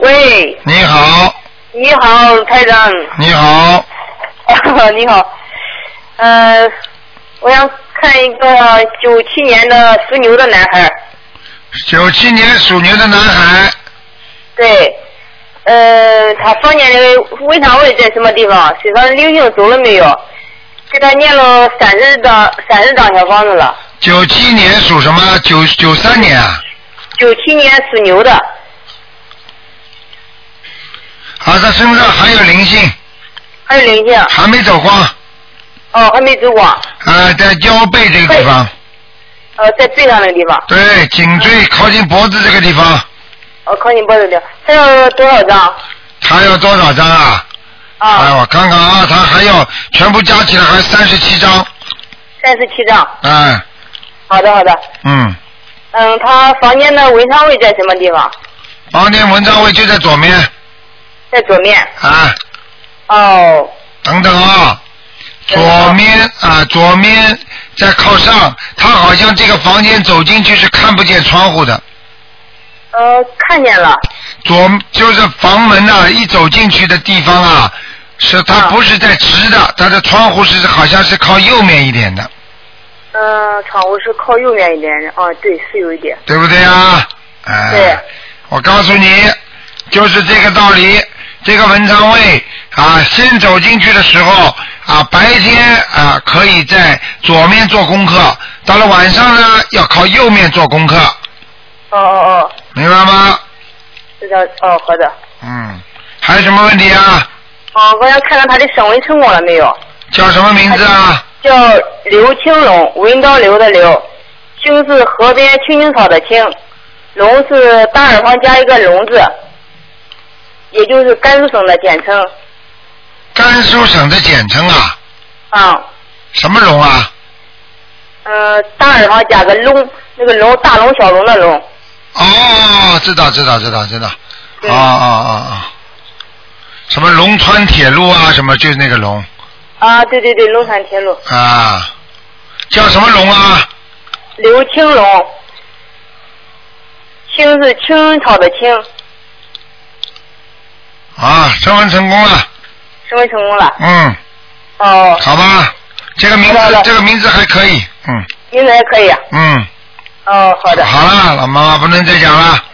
E: 喂，
A: 你好，
E: 你好，台长。
A: 你好，
E: 你好，呃，我想看一个九七年的属牛的男孩，
A: 九七年属牛的男孩，
E: 对，呃，他房间的胃肠胃在什么地方？身上灵性走了没有？给他念了三十张三十张小房子了。
A: 九七年属什么？九九三年啊？
E: 九七年属牛的，
A: 啊，他身上还有灵性，
E: 还有灵性，
A: 还没走光，
E: 哦，还没走过，
A: 啊，在腰背这个地方，
E: 呃，在最上那个地方，
A: 对，颈椎靠近脖子这个地方，
E: 呃，靠近脖子的，还有多少张？
A: 他要多少张啊？哎，
E: 啊，
A: 我看看啊，他还要全部加起来还三十七张，
E: 三十七张。
A: 哎，
E: 好的，好的。
A: 嗯，
E: 嗯，他房间的文昌位在什么地方？
A: 王天文章位就在左面，
E: 在左面。
A: 啊，
E: 哦，
A: 等等啊，左面啊，左面再靠上，他好像这个房间走进去是看不见窗户的，
E: 呃，看见了。
A: 左就是房门呐、一走进去的地方啊，是它
E: 啊
A: 不是在直的，它的窗户是好像是靠右面一点的，
E: 嗯、窗户是靠右面一点的。哦，对，是有一点。
A: 对不对啊？哎，
E: 对
A: 我告诉你，就是这个道理。这个文昌位啊，先走进去的时候啊，白天啊可以在左面做功课，到了晚上呢要靠右面做功课，
E: 哦哦哦，
A: 明白吗？
E: 知道。哦，好的。
A: 嗯，还有什么问题啊？
E: 哦，我想看看他的升温成功了没有？
A: 叫什么名字啊？
E: 叫刘青龙，文刀刘的刘，青是河边青青草的青，龙是大耳旁加一个龙字，也就是甘肃省的简称。
A: 甘肃省的简称啊，
E: 啊，
A: 什么龙啊？
E: 呃，大耳旁加个龙，那个龙大龙小龙的龙。
A: 哦，知道知道知道知道，
E: 对
A: 哦哦哦哦，什么龙川铁路啊，什么就是那个龙
E: 啊，对对对，龙川铁路，
A: 啊，叫什么龙啊？
E: 刘青龙，
G: 青是青草的青，
A: 啊，升温成功了，
G: 升温成功了。
A: 嗯，
G: 哦，
A: 好吧，这个名
G: 好
A: 字
G: 的
A: 这个名字还可以，嗯
G: 名字还可以啊。
A: 嗯，
G: 哦，好的。
A: 好了，老妈妈不能再讲了，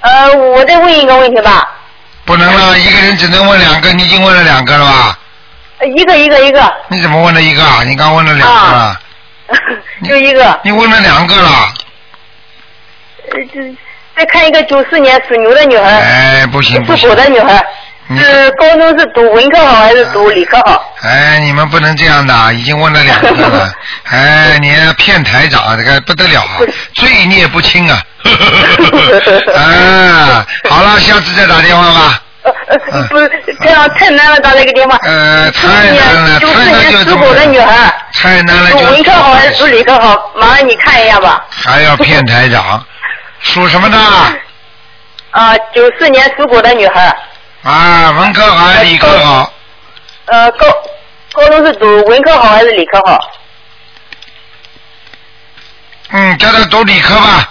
G: 呃，我再问一个问题吧，
A: 不能了，一个人只能问两个，你已经问了两个了吧？
G: 呃一个一个一个，
A: 你怎么问了一个啊？你刚问了两个了，
G: 啊就一个。
A: 你问了两个了，
G: 呃，这再看一个九四年属牛的女孩，
A: 哎，不行嗯不
G: 属
A: 行
G: 狗，的女孩，
A: 你
G: 是高中是读文科好还是读理科好？
A: 哎，你们不能这样的，已经问了两个了。 哎，你骗台长，这个不得了啊，罪孽不 轻啊。 啊，好了，下次再打电话
G: 呃
A: 吧。嗯
G: 呃，不是，这样太难了，打这个电话。
A: 呃，太难了，
G: 九
A: 太
G: 四
A: 难
G: 年
A: 就
G: 属
A: 这
G: 狗的女
A: 么，
G: 孩，
A: 太难了
G: 读文科好还是读
A: 就嗯
G: 理科好？麻烦你看一下吧。
A: 还要骗台 长，属什么的？
G: 啊，九四年属狗的女孩，
A: 啊，文科好还是理科好？
G: 呃，高高中是读文科好还是理科好？哎
A: 嗯，叫他读理科吧。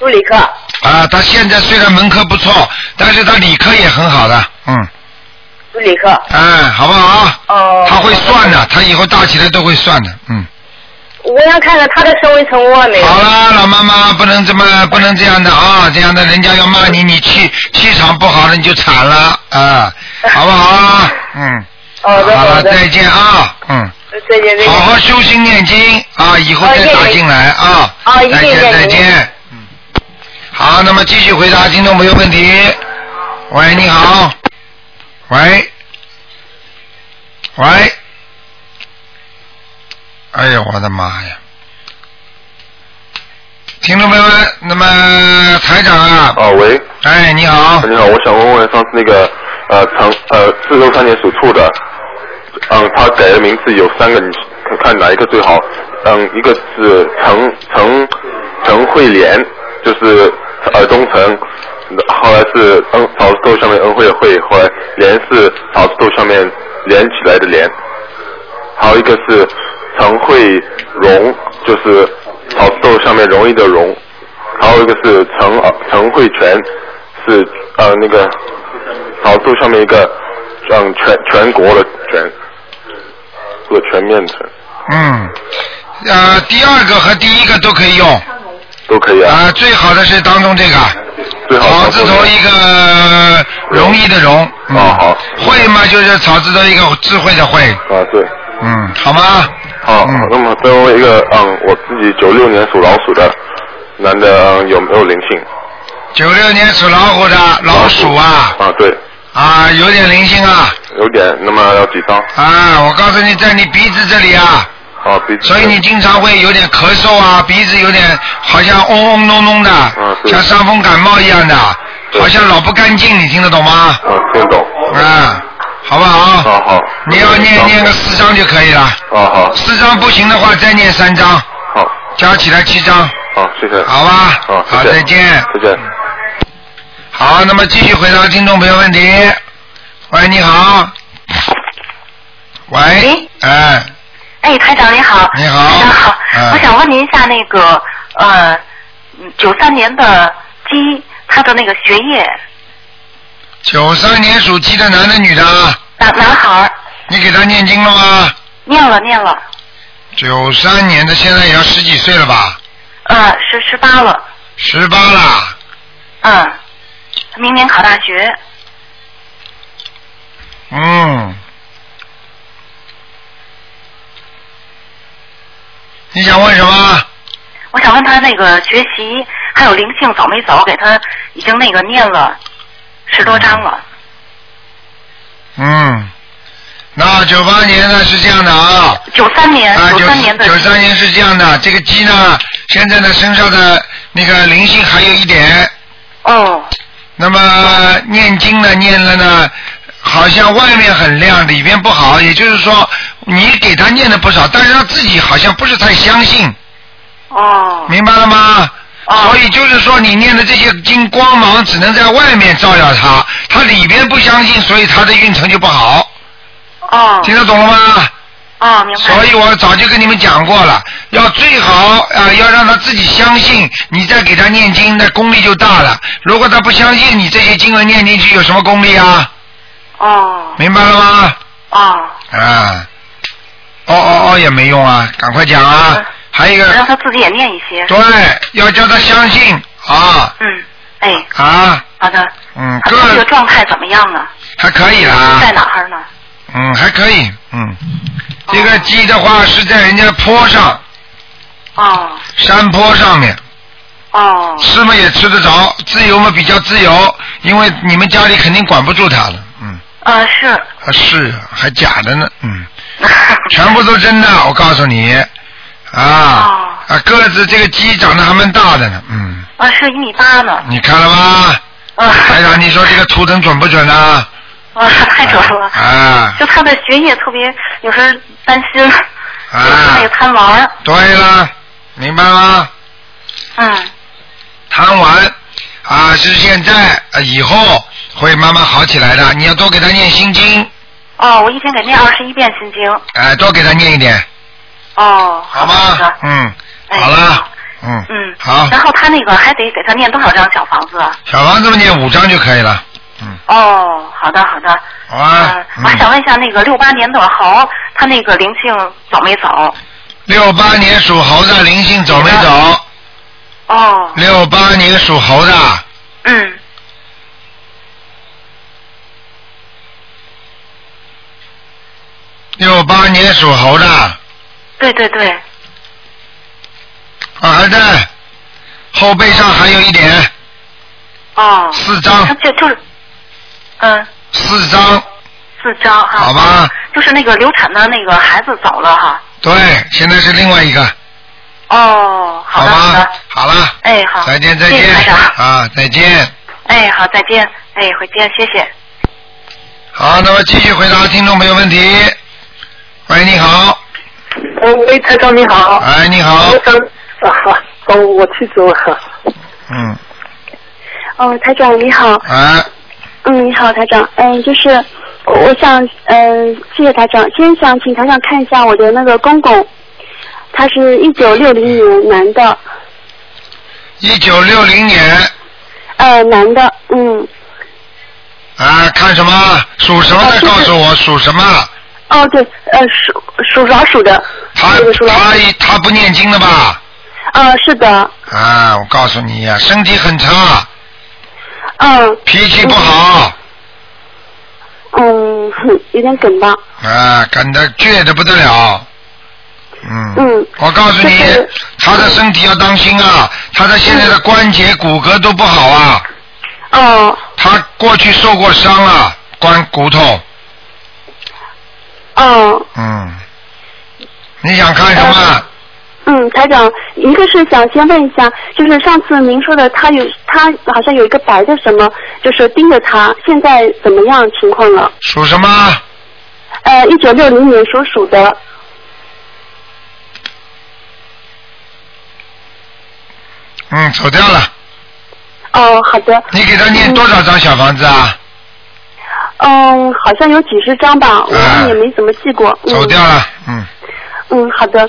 G: 读理科。
A: 啊，他现在虽然文科不错，但是他理科也很好的，嗯，
G: 是理科。
A: 哎，好不好？
G: 哦。
A: 他会算的，他以后大起来都会算的，嗯。
G: 我想看看他的升温成功了没有？
A: 好啦，老妈妈，不能这么，不能这样的啊，这样的人家要骂
G: 嗯
A: 你，你气气场不好了，你就惨了 啊，好不好啊？嗯，
G: 好的，
A: 好
G: 哦好
A: 了，
G: 的。
A: 再见啊，嗯，
G: 呃再见，再见哦
A: 好。好修心念经啊，以后再打进来啊，
G: 啊一定
A: 再
G: 念
A: 见
G: 经
A: 再见，嗯，好，那么继续回答听众朋友问题。喂，你好，喂，喂，哎呀，我的妈呀！听众朋友们，那么台长啊，
H: 啊，喂，啊
A: 哎，你好，
H: 你好，我想问问上次那个呃长呃四六三年属兔的，嗯，他改的名字有三个，你看看哪一个最好？嗯，一个是陈陈陈慧莲，就是耳东陈，后来是嗯草字头上面恩惠的惠，后来莲是草字头上面连起来的莲，还有一个是陈慧荣，就是草字头上面容易的容，还有一个是陈呃陈慧全，是呃那个草字头上面一个嗯全全国的全，做全面的
A: 嗯，呃，第二个和第一个都可以用，
H: 都可以啊，
A: 啊，最好的是当中这个
H: 最好
A: 草
H: 当
A: 字
H: 中
A: 头一个容易的容，嗯
H: 哦好
A: 会嘛就是草字头一个智慧的慧，
H: 啊对，
A: 嗯，好吗？
H: 好，
A: 嗯
H: 那么最后一个嗯我自己九六年属老鼠的男的、嗯有没有灵性？
A: 九六年属老虎的老鼠啊
H: 啊对，
A: 啊，有点灵性啊
H: 有点，那么要几张？
A: 啊！我告诉你，在你鼻子这里啊，
H: 啊鼻子
A: 所以你经常会有点咳嗽啊，鼻子有点好像嗡嗡隆隆的，
H: 啊对
A: 像伤风感冒一样的，
H: 对
A: 好像老不干净，你听得懂吗？
H: 啊听得懂，
A: 啊，好不好？
H: 好好，
A: 你要念念个四张就可以了，
H: 啊好
A: 四张不行的话再念三张，
H: 好
A: 加起来七张，
H: 好谢谢，
A: 好吧？
H: 好
A: 好，
H: 谢谢
A: 再见。
H: 再见。
A: 好，那么继续回答听众朋友问题。喂，你好。喂
I: 喂。
A: 哎，
I: 哎，台长您好。
A: 你好
I: 台长好，
A: 嗯
I: 我想问您一下那个呃，九三年的鸡，他的那个学业，
A: 九三年属鸡的男的女的，
I: 男男孩儿
A: 你给他念经了吗？
I: 念了念了，
A: 九三年的现在也要十几岁了吧？
I: 呃，十十八了，
A: 十八啦。
I: 嗯，明年考大学，
A: 嗯。你想问什么？
I: 我想问他那个学习还有灵性走没走？给他已经那个念了十多章了，
A: 嗯，那九八年呢是这样的啊，
I: 九三年
A: 啊
I: 九
A: 九
I: 三年的
A: 九三年是这样的，这个鸡呢现在呢身上的那个灵性还有一点，
I: 哦
A: 那么念经呢念了呢，好像外面很亮，里边不好，也就是说你给他念了不少，但是他自己好像不是太相信，
I: 哦
A: 明白了吗？
I: 哦
A: 所以就是说，你念的这些经光芒只能在外面照耀他，他里边不相信，所以他的运程就不好。
I: 哦
A: 听得懂了吗？
I: 哦哦，明白。
A: 所以我早就跟你们讲过了，要最好啊、呃要让他自己相信，你再给他念经，那功力就大了。如果他不相信，你这些经文念进去有什么功力啊？
I: 哦
A: 明白了吗？
I: 哦，
A: 啊，哦哦哦也没用啊，赶快讲啊！
I: 嗯
A: 还有一
I: 让
A: 个，
I: 他自己也念一些。
A: 对，要叫他相信啊
I: 嗯，哎，
A: 啊，
I: 好的。
A: 嗯，
I: 他这个
A: 个
I: 状态怎么样啊？
A: 还可以
I: 在
A: 啦，
I: 哪哦儿呢？
A: 嗯，还可以，嗯，这个鸡的话是在人家坡上，
I: 哦
A: 山坡上面，
I: 哦
A: 吃嘛也吃得着，自由嘛比较自由，因为你们家里肯定管不住他了，嗯，
I: 呃是，
A: 啊是啊还假的呢， 嗯，全部都真的，我告诉你，
I: 哦
A: 啊啊个子这个鸡长得还蛮大的呢，嗯，
I: 啊是一米八呢。
A: 你看了吗？
I: 啊，
A: 台长，你说这个图腾准不准啊？
I: 啊太准了。
A: 啊
I: 就他的学业特别，有时候担心，有时候
A: 啊
I: 也！贪玩儿。
A: 对了，明白吗？
I: 嗯
A: 贪玩啊，是现在，啊以后会慢慢好起来的。你要多给他念心经，
I: 哦，我一天给念二十一遍心经。
A: 哎、多给他念一点，
I: 哦，
A: 好
I: 的
A: 吗？嗯，
I: 哎
A: 好了，嗯
I: 嗯，
A: 好，
I: 然后他那个还得给他念多少张小房子？
A: 小王这么念五章就可以了，嗯，
I: 哦，好的好的。
A: 好吧
I: 嗯，我还想
A: 嗯，
I: 问一下，那个六八年的猴，他那个灵性走没走？
A: 六八年属猴的灵性走没
I: 啊
A: 走？
I: 哦，
A: 六八年属猴的，
I: 嗯，
A: 六八年属猴的，
I: 对对对，
A: 啊还在，后背上还有一点，
I: 哦，
A: 四
I: 他
A: 张，
I: 就就是，嗯，
A: 四张，
I: 四张哈。
A: 好吧？
I: 就是那个流产的那个孩子走了哈。
A: 对，现在是另外一个，
I: 哦，好的好
A: 吧
I: 的，，
A: 好了，
I: 哎好，
A: 再见再
I: 谢谢
A: 见
I: 台长，
A: 啊，再见。
I: 哎好再见，哎回见谢谢。
A: 好，那么继续回答听众朋友问题。喂，你好，
J: 哦，喂，台长你好。
A: 哎，你好
J: 我，想啊，哦，我记住了。
A: 嗯，
K: 哦，台长你好，
A: 哎，
K: 嗯，你好，台长，嗯，就是我我想，嗯，谢谢台长，先想请台长看一下我的那个公公，他是一九六零年男的，
A: 一九六零年，
K: 呃，男的，嗯，
A: 啊，看什么？属什
J: 啊
A: 么的？告诉我属什么？
K: 哦，对，呃，属属老鼠的，
A: 他
K: 那个属老
A: 他
K: 鼠，
A: 他不念经了吧？
K: 呃，是的，
A: 啊，我告诉你呀、身体很差，
K: 嗯，
A: 脾气不好，
K: 嗯，哼有点梗吧，
A: 啊，感到倔的不得了。嗯，
K: 嗯
A: 我告诉你
K: 就是，
A: 他的身体要当心啊，他的现在的关节、骨骼都不好啊。
K: 哦，
A: 他过去受过伤了，关骨头。
K: 哦，
A: 嗯，你想看什么？
K: 嗯，台长，一个是想先问一下，就是上次您说的他有他好像有一个白的什么，就是盯着他，现在怎么样情况了？
A: 属什么？
K: 呃，一九六零年属鼠的，
A: 嗯，走掉了。
K: 哦，好的，
A: 你给他念多少张小房子啊？
K: 嗯，好像有几十张吧，我也没怎么记过，嗯，
A: 走掉了。嗯，
K: 嗯，好的。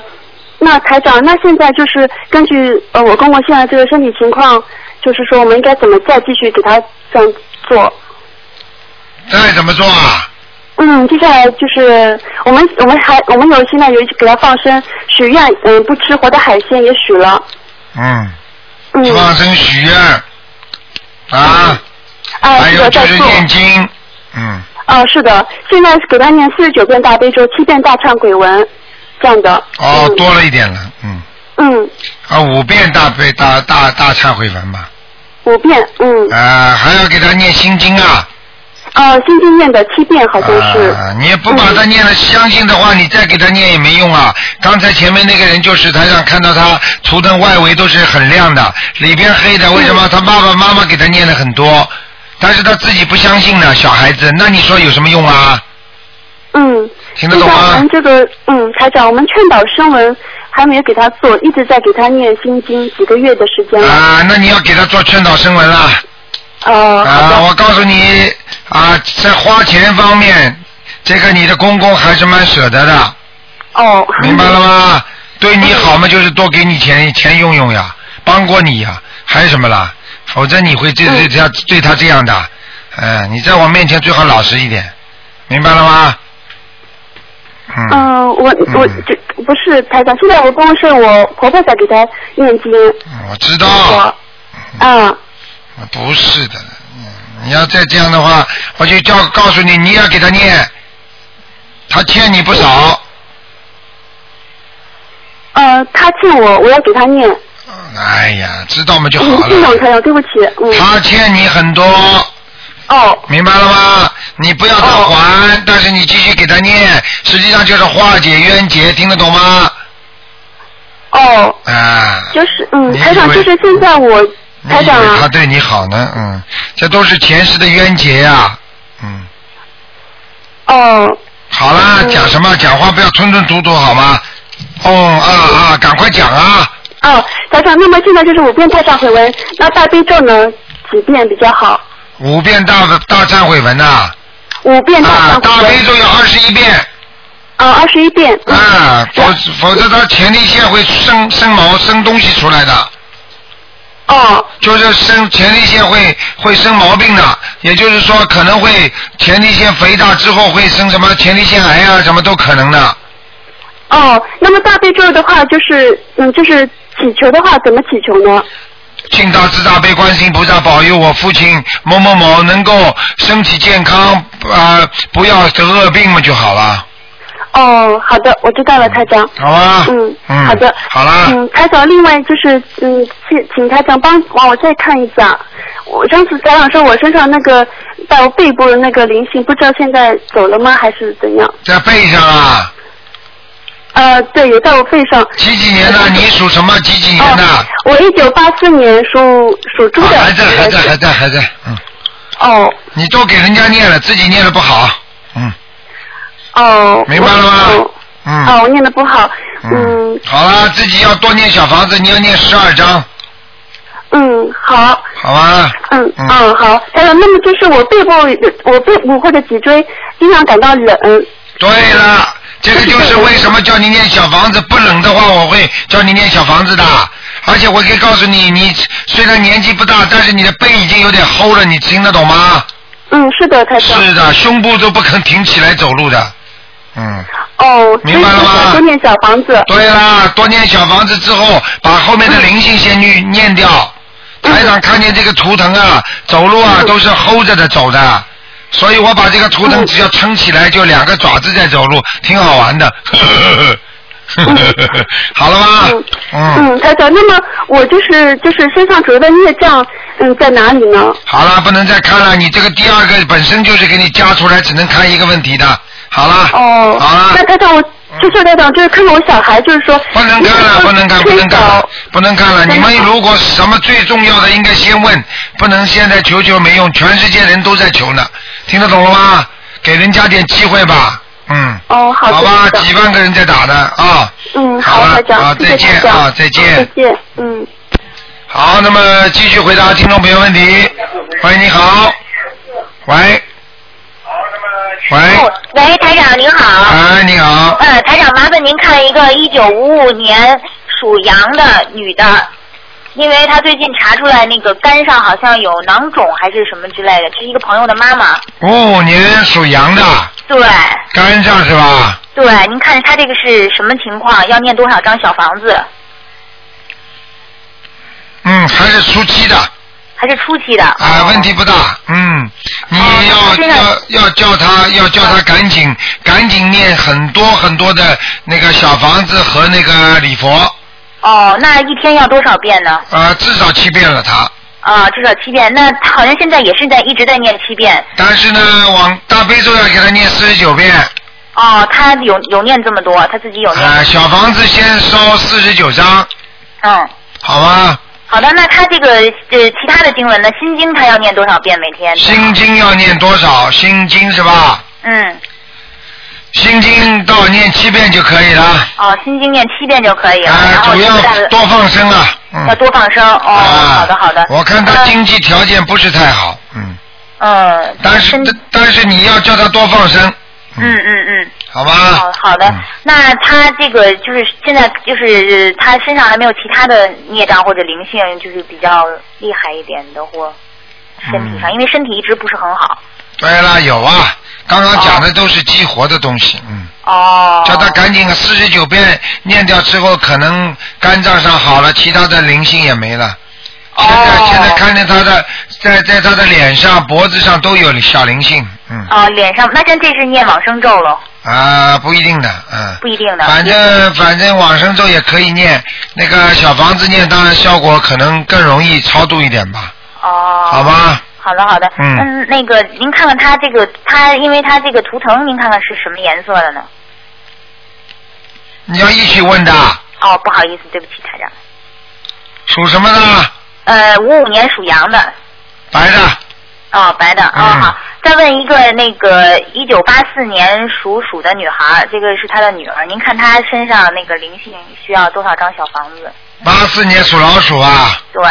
K: 那台长，那现在就是根据呃我公公现在这个身体情况，就是说我们应该怎么再继续给他这样做？
A: 再怎么做啊？
K: 嗯，接下来就是我们我们还我们有现在有给他放生许愿，嗯，不吃活的海鲜也许了，
A: 嗯，
K: 嗯，
A: 放生许愿啊，
K: 啊，
A: 还
K: 是
A: 有
K: 的，
A: 就
K: 在
A: 是
K: 做，
A: 念经。嗯，
K: 啊，是的，现在给他念四十九遍大悲咒，七遍大忏悔文，这样的。
A: 哦，
K: 嗯
A: 多了一点了。嗯，
K: 嗯，
A: 啊，五遍大悲大大大忏悔文吧。
K: 五遍，嗯，
A: 啊，还要给他念心经啊。
K: 哦，心经念的七遍好像是，
A: 啊，你也不把他念了，相信的话，你再给他念也没用啊。刚才前面那个人就是台上看到他图腾外围都是很亮的，里边黑的，为什
K: 嗯
A: 么？他爸爸妈妈给他念了很多，但是他自己不相信呢，小孩子，那你说有什么用啊？
K: 嗯，
A: 听
K: 现
A: 得
K: 在
A: 懂
K: 我
A: 吗
K: 们？这个，嗯，台长，我们劝导声文还没有给他做，一直在给他念心经，几个月的时间了，
A: 啊，那你要给他做劝导声闻了。
K: 呃，好
A: 啊，
K: 的，
A: 我告诉你啊，在花钱方面，这个你的公公还是蛮舍得的。
K: 哦，
A: 明白了
D: 嗯
A: 吗？对你好嘛，就是多给你钱钱用用呀，帮过你呀，还有什么啦？否则你会对对他对他这样的，嗯，你在我面前最好老实一点，明白了吗？嗯，
K: 嗯，我我这不是台长，现在我公公是我婆婆在给他念经，
A: 我知道，
K: 嗯，
A: 不是的，嗯，你要再这样的话，我就叫告诉你，你也要给他念，他欠你不少，
K: 呃，他欠我，我要给他念，
A: 哎呀，知道嘛就
K: 嗯，
A: 好
K: 这
A: 了。
K: 种台长，对不起，嗯，
A: 他欠你很多。
K: 哦。
A: 明白了吗？你不要他还，但是你继续给他念，实际上就是化解冤结，听得懂吗？
K: 哦。
A: 啊。
K: 就是嗯，
A: 你以为
K: 台长，就是现在我台
A: 你以
K: 长
A: 为
K: 啊
A: 他，对你好呢，嗯，这都是前世的冤结呀、嗯
K: 哦。
A: 好啦，讲什么？讲话不要吞吞吐吐好吗？哦啊啊，赶快讲啊！
K: 哦，台长，那么现在就是五遍太上回文，那大悲咒呢几遍比较好？
A: 五遍大大忏悔文呐、啊
K: 五遍
A: 大忏悔文。啊大悲咒要二十一遍。
K: 啊，二十一遍。
A: 啊，否否则他前列腺会生生毛生东西出来的。
K: 哦。
A: 就是生前列腺会会生毛病的，也就是说可能会前列腺肥大之后会生什么前列腺癌啊，什么都可能的。
K: 哦，那么大悲咒的话，就是嗯，就是祈求的话，怎么祈求呢？
A: 请大慈大悲观世音菩萨保佑我父亲某某某能够身体健康啊、不要得恶病嘛就好了。
K: 哦，好的，我知道了，台长。
A: 好啊
K: 嗯，
A: 嗯
K: 好的。
A: 好啦
K: 嗯，台长，另外就是，嗯，请请台长帮帮我再看一下。我上次台长说我身上那个在我背部的那个灵性，不知道现在走了吗，还是怎样？
A: 在背上啊，
K: 呃，对，有在我背上。嗯哦
A: 几几年的？你属什么？几几年的？啊
K: 我一九八四年属属猪的。
A: 还在，还在，还在，还在，嗯。
K: 哦。
A: 你都给人家念了，自己念的不好，嗯
K: 哦。
A: 明白了吗？嗯。
K: 哦，我念的不好。嗯
A: 好啦，自己要多念小房子，你要念十二章，
K: 嗯，好。
A: 好啊吧？
K: 嗯嗯好，还有那么就是我背部我背部或者脊椎经常感到冷，嗯
A: 对了，这个就是为什么叫你念小房子，不冷的话我会叫你念小房子的。而且我可以告诉你，你虽然年纪不大，但是你的背已经有点齁了，你听得懂吗？
K: 嗯，是的，台
A: 长。是的，胸部都不肯挺起来走路的。嗯。
K: 哦，
A: 明白了吗？多
K: 念小房子。嗯
A: 对啦，多念小房子之后，把后面的灵性先去念掉。台长看见这个图腾啊，走路
K: 嗯
A: 啊都是齁着的走的，所以我把这个图腾只要撑起来，就两个爪子在走路，挺好玩的。 好了吗？
K: 嗯，台长，那么我就是就是身上主要的孽障，嗯，在哪里呢？
A: 好了，不能再看了。你这个第二个本身就是给你加出来，只能看一个问题的。好了，嗯
K: 哦，那台长，我就是台长，就是看看我小孩，就是说
A: 不能看了，不能看，不能看了，不能看了。你们如果什么最重要的，应该先问，不能现在求求没用，全世界人都在求呢，听得懂了吗？给人家点机会吧，嗯。
K: 哦，好的，
A: 好吧
K: 知，道
A: 几万个人在打呢啊。
K: 嗯，
A: 好
K: 好，
A: 了
K: 台长，
A: 啊
K: 谢谢
A: 再见
K: 台长
A: 啊再见
K: 再见，嗯，
A: 好，那么继续回答听众朋友问题。喂，你好。喂。喂，
L: 喂，台长您好。
A: 哎，你好。
L: 呃，台长，麻烦您看一个一九五五年属羊的女的，因为她最近查出来那个肝上好像有囊肿还是什么之类的，是一个朋友的妈妈。
A: 五五哦年属羊的，
L: 对
A: 肝上是吧？
L: 对，您看她这个是什么情况？要念多少张小房子？
A: 嗯，还是初期的。
L: 还是初期的？
A: 啊，问题不大，嗯，你要要要叫他要叫他赶紧赶紧念很多很多的那个小房子和那个礼佛，
L: 哦，那一天要多少遍呢？
A: 呃，至少七遍了他。
L: 啊、至少七遍。那她好像现在也是在一直在念七遍。
A: 但是呢，往大悲咒要给他念四十九遍，
L: 哦，她有有念这么多，她自己有念。
A: 啊，小房子先烧四十九章，
L: 嗯。
A: 好吗？
L: 好的，那他这个呃其他的经文呢？心经他要念多少遍每天？
A: 心经要念多少？心经是吧？
L: 嗯，
A: 心经到念七遍就可以了，
L: 哦，心经念七遍就可以了。然后
A: 啊主要
L: 现在的
A: 多放生啊。嗯
L: 要多放生哦。好的好的。
A: 我看他经济条件不是太好，嗯。
L: 嗯。
A: 但是但是你要叫他多放生，
L: 嗯嗯嗯，
A: 好嗯吗？
L: 好好的，那他这个就是现在就是呃他身上还没有其他的孽障或者灵性，就是比较厉害一点的或身体上，因为身体一直不是很好。
A: 嗯对了，有啊，刚刚讲的都是激活的东西，嗯。哦。叫他赶紧四十九遍念掉之后，可能肝脏上好了，其他的灵性也没了。
L: 哦
A: 现在、现在看见他的在在他的脸上、脖子上都有小灵性，嗯
L: 哦，脸上那像这是念往生咒喽，
A: 啊，不一定的，嗯。
L: 不一定的。
A: 反正反正往生咒也可以念，那个小房子念，当然效果可能更容易超度一点吧。哦。好吧，
L: 好的好的，
A: 嗯
L: 那个您看看他这个他，因为他这个图腾您看看是什么颜色的呢？
A: 你要一起问的，
L: 哦，不好意思，对不起台长。
A: 属什么的？
L: 呃，五五年属羊的。
A: 白的。嗯
L: 哦，白的。哦，好。再问一个，那个一九八四年属鼠的女孩儿，这个是她的女儿，您看她身上那个灵性需要多少张小房子？
A: 八四年属老鼠啊，
L: 对，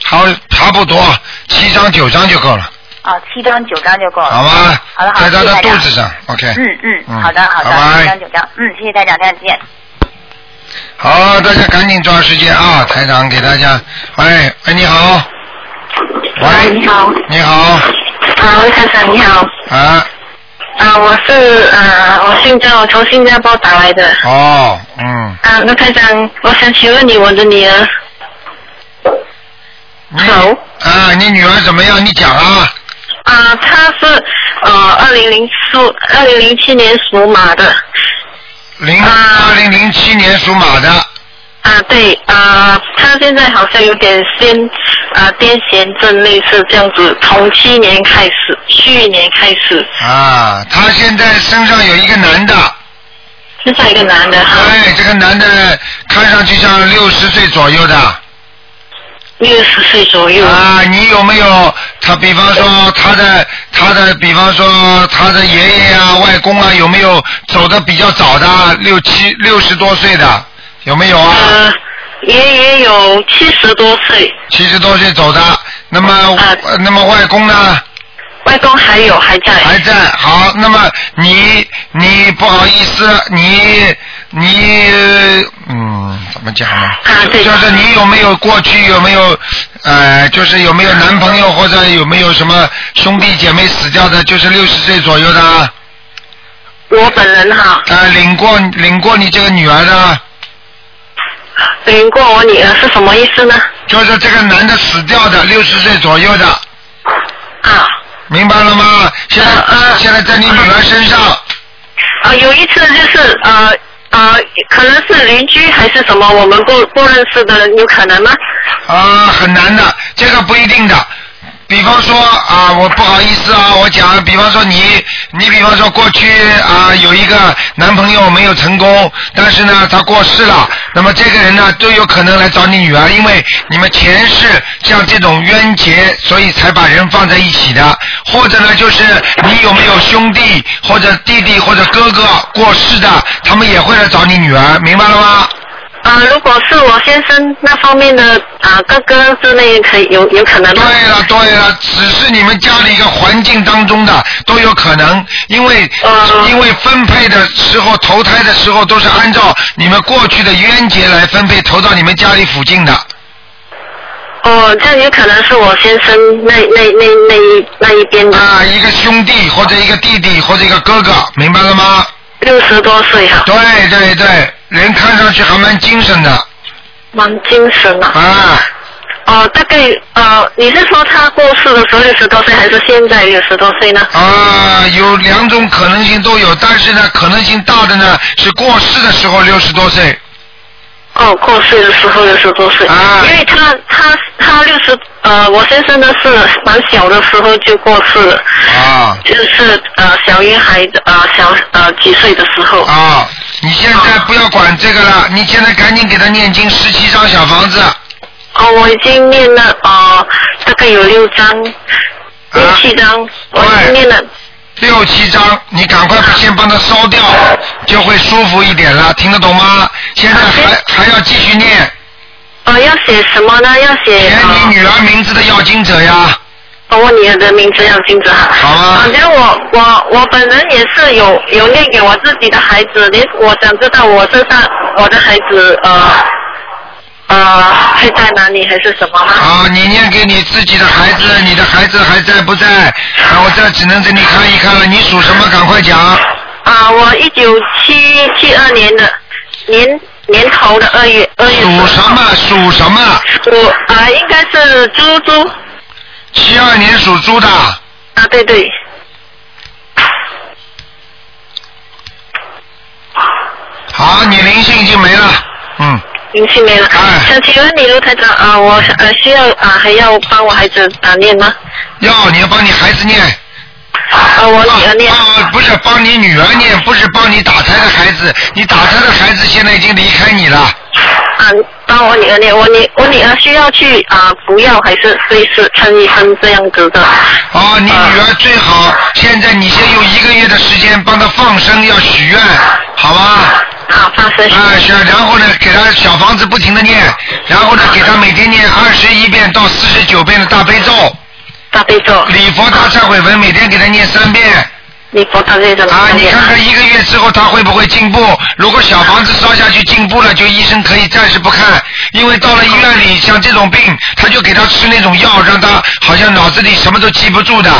A: 差差不多七张九张就够了，
L: 哦，七张九张就够了。
A: 好吗？
L: 哦好的，好
A: 在他
L: 的，谢谢
A: 的
L: 大家
A: 肚子上，OK。
L: 嗯嗯，
A: 嗯
L: 好的好的，
A: 拜拜
L: 七张九张，嗯，谢谢大家，再见。
A: 好，大家赶紧抓时间啊！台长给大家，喂，喂，你好，喂，
M: 你好，
A: 你好，
M: 啊，魏先生你好，
A: 啊，
M: 啊，我是啊，我新疆，我从新加坡打来的。
A: 哦，嗯，
M: 啊，那台长，我想请问你，我的女儿，
A: 好，啊，你女儿怎么样？你讲啊，
M: 啊，她是呃，二零零四，二零零七年属马的。
A: 零二零零七年属马的，
M: 啊，对，啊，她现在好像有点先啊癫痫症类似这样子，从去年开始，去年开始，
A: 啊，她现在身上有一个男的，
M: 身上一个男的哈，
A: 哎，这个男的看上去像六十岁左右的，
M: 六十岁左右
A: 啊，你有没有他？比方说他的他的，比方说他的爷爷啊、外公啊，有没有走的比较早的，六七六十多岁的，有没有啊？
M: 呃爷爷有七十多岁。啊
A: 七十多岁走的，那么、呃那么外公呢？
M: 外公还有还在。
A: 还在，好，那么你你不好意思，你你嗯，怎么讲呢？
M: 啊，
A: 对。就是你有没有过去有没有呃，就是有没有男朋友或者有没有什么兄弟姐妹死掉的，就是六十岁左右的啊？
M: 我本人哈。
A: 呃，领过领过你这个女儿的。啊
M: 领过我女儿是什么意思呢？
A: 就是这个男的死掉的，六十岁左右的。啊。
M: 啊
A: 明白了吗？现在、现在在你女儿身上。
M: 啊，有一次就是呃呃，可能是邻居还是什么，我们不不认识的人，有可能吗？
A: 啊，很难的，这个不一定的。比方说啊，我不好意思啊，我讲，比方说你，你比方说过去啊有一个男朋友没有成功，但是呢他过世了，那么这个人呢都有可能来找你女儿，因为你们前世像这种冤结，所以才把人放在一起的。或者呢就是你有没有兄弟或者弟弟或者哥哥过世的，他们也会来找你女儿，明白了吗？
M: 啊，如果是我先生那方面的啊哥哥之类，可以有有可能吗？
A: 对了对了，只是你们家里一个环境当中的都有可能，因为、因为分配的时候投胎的时候都是按照你们过去的冤结来分配投到你们家里附近的。
M: 哦，这样有可能是我先生那那那那一那一边的。
A: 啊，一个兄弟或者一个弟弟或者一个哥哥，明白了吗？
M: 六十多岁啊哈。
A: 对对对，人看上去还蛮精神的。
M: 蛮精神啊。
A: 啊。
M: 哦，大概呃，你是说他过世的时候六十多岁，还是现在六十多岁呢？
A: 啊，有两种可能性都有，但是呢，可能性大的呢是过世的时候六十多岁。
M: 哦，过世的时候六十多岁。啊。因为他他他六十呃，我先生呢是蛮小的时候就过世了。
A: 啊。
M: 就是呃，小于孩子呃小呃几岁的时候。
A: 啊。你现在不要管这个了，你现在赶紧给他念经十七张小房子。
M: 哦，我已经念了呃，大概有六
A: 啊
M: 张，六七张，我已经念了。
A: 六七张，你赶快先帮他烧掉，
M: 啊
A: 就会舒服一点了，听得懂吗？现
M: 啊
A: 在还还要继续念。
M: 哦呃，要写什么呢？要写。
A: 写你女儿名字的要经者呀。
E: 帮我女儿的名字要金子哈。
A: 好啊。
E: 反正我我我本人也是有有念给我自己的孩子，连我想知道我身上我的孩子呃呃会在哪里还是什么吗？
A: 啊，你念给你自己的孩子，你的孩子还在不在？啊，我这只能给你看一看了。你属什么？赶快讲。
E: 啊，我一九七七二年的年年头的二月二月。
A: 属什么？属什么？
E: 我啊、应该是猪猪。
A: 七二年属猪的。
E: 啊，对对。
A: 好，你灵性已经没了。哎嗯。
E: 灵性没了。想请问你卢台长啊，我呃需要啊还要帮我孩子啊念吗？
A: 要，你要帮你孩子念。
E: 啊，我
A: 女儿念。啊，不是帮你女儿念，不是帮你打胎的孩子。你打胎的孩子现在已经离开你了。
E: 啊，帮我女儿念，我女我女儿需要去啊服药还是类似看医生这样子的？
A: 啊，你女儿最好现在你先用一个月的时间帮她放生，要许愿，好吗？
E: 好，放生。
A: 啊，许然后呢，给她小房子不停的念，然后呢，给她每天念二十一遍到四十九遍的大悲咒。
E: 大悲咒。
A: 礼佛大忏悔文每天给她念三遍。
E: 礼佛大忏悔文。
A: 啊，你看看一个月之后她会不会进步？如果小房子烧下去进步了，就医生可以暂时不看，因为到了医院里，像这种病，他就给她吃那种药，让她好像脑子里什么都记不住的。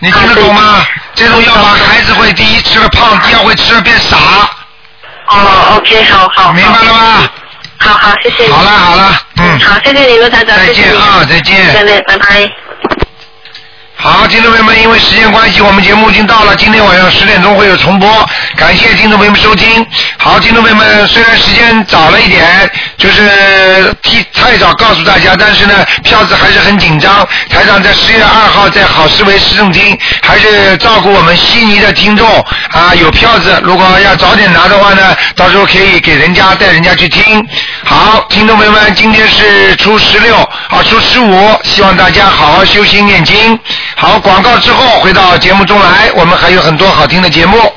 A: 你听得懂
E: 啊
A: 吗？这种药吧，孩子会第一吃了胖，第二会吃了变傻。
E: 哦，OK，好好。
A: 明白了吗？
E: 好好，谢谢你。
A: 好了好了，嗯。
E: 好，谢谢你卢台长，
A: 再见啊，再见。
E: 再见，拜拜。
A: 好，听众朋友们，因为时间关系，我们节目已经到了，今天晚上十点钟会有重播，感谢听众朋友们收听。好，听众朋友们，虽然时间早了一点，就是提太早告诉大家，但是呢，票子还是很紧张。台长在十月二号在好思维市政厅，还是照顾我们悉尼的听众啊，有票子，如果要早点拿的话呢，到时候可以给人家带人家去听。好，听众朋友们，今天是初十六啊，初十五，希望大家好好修心念经。好，广告之后回到节目中来，我们还有很多好听的节目。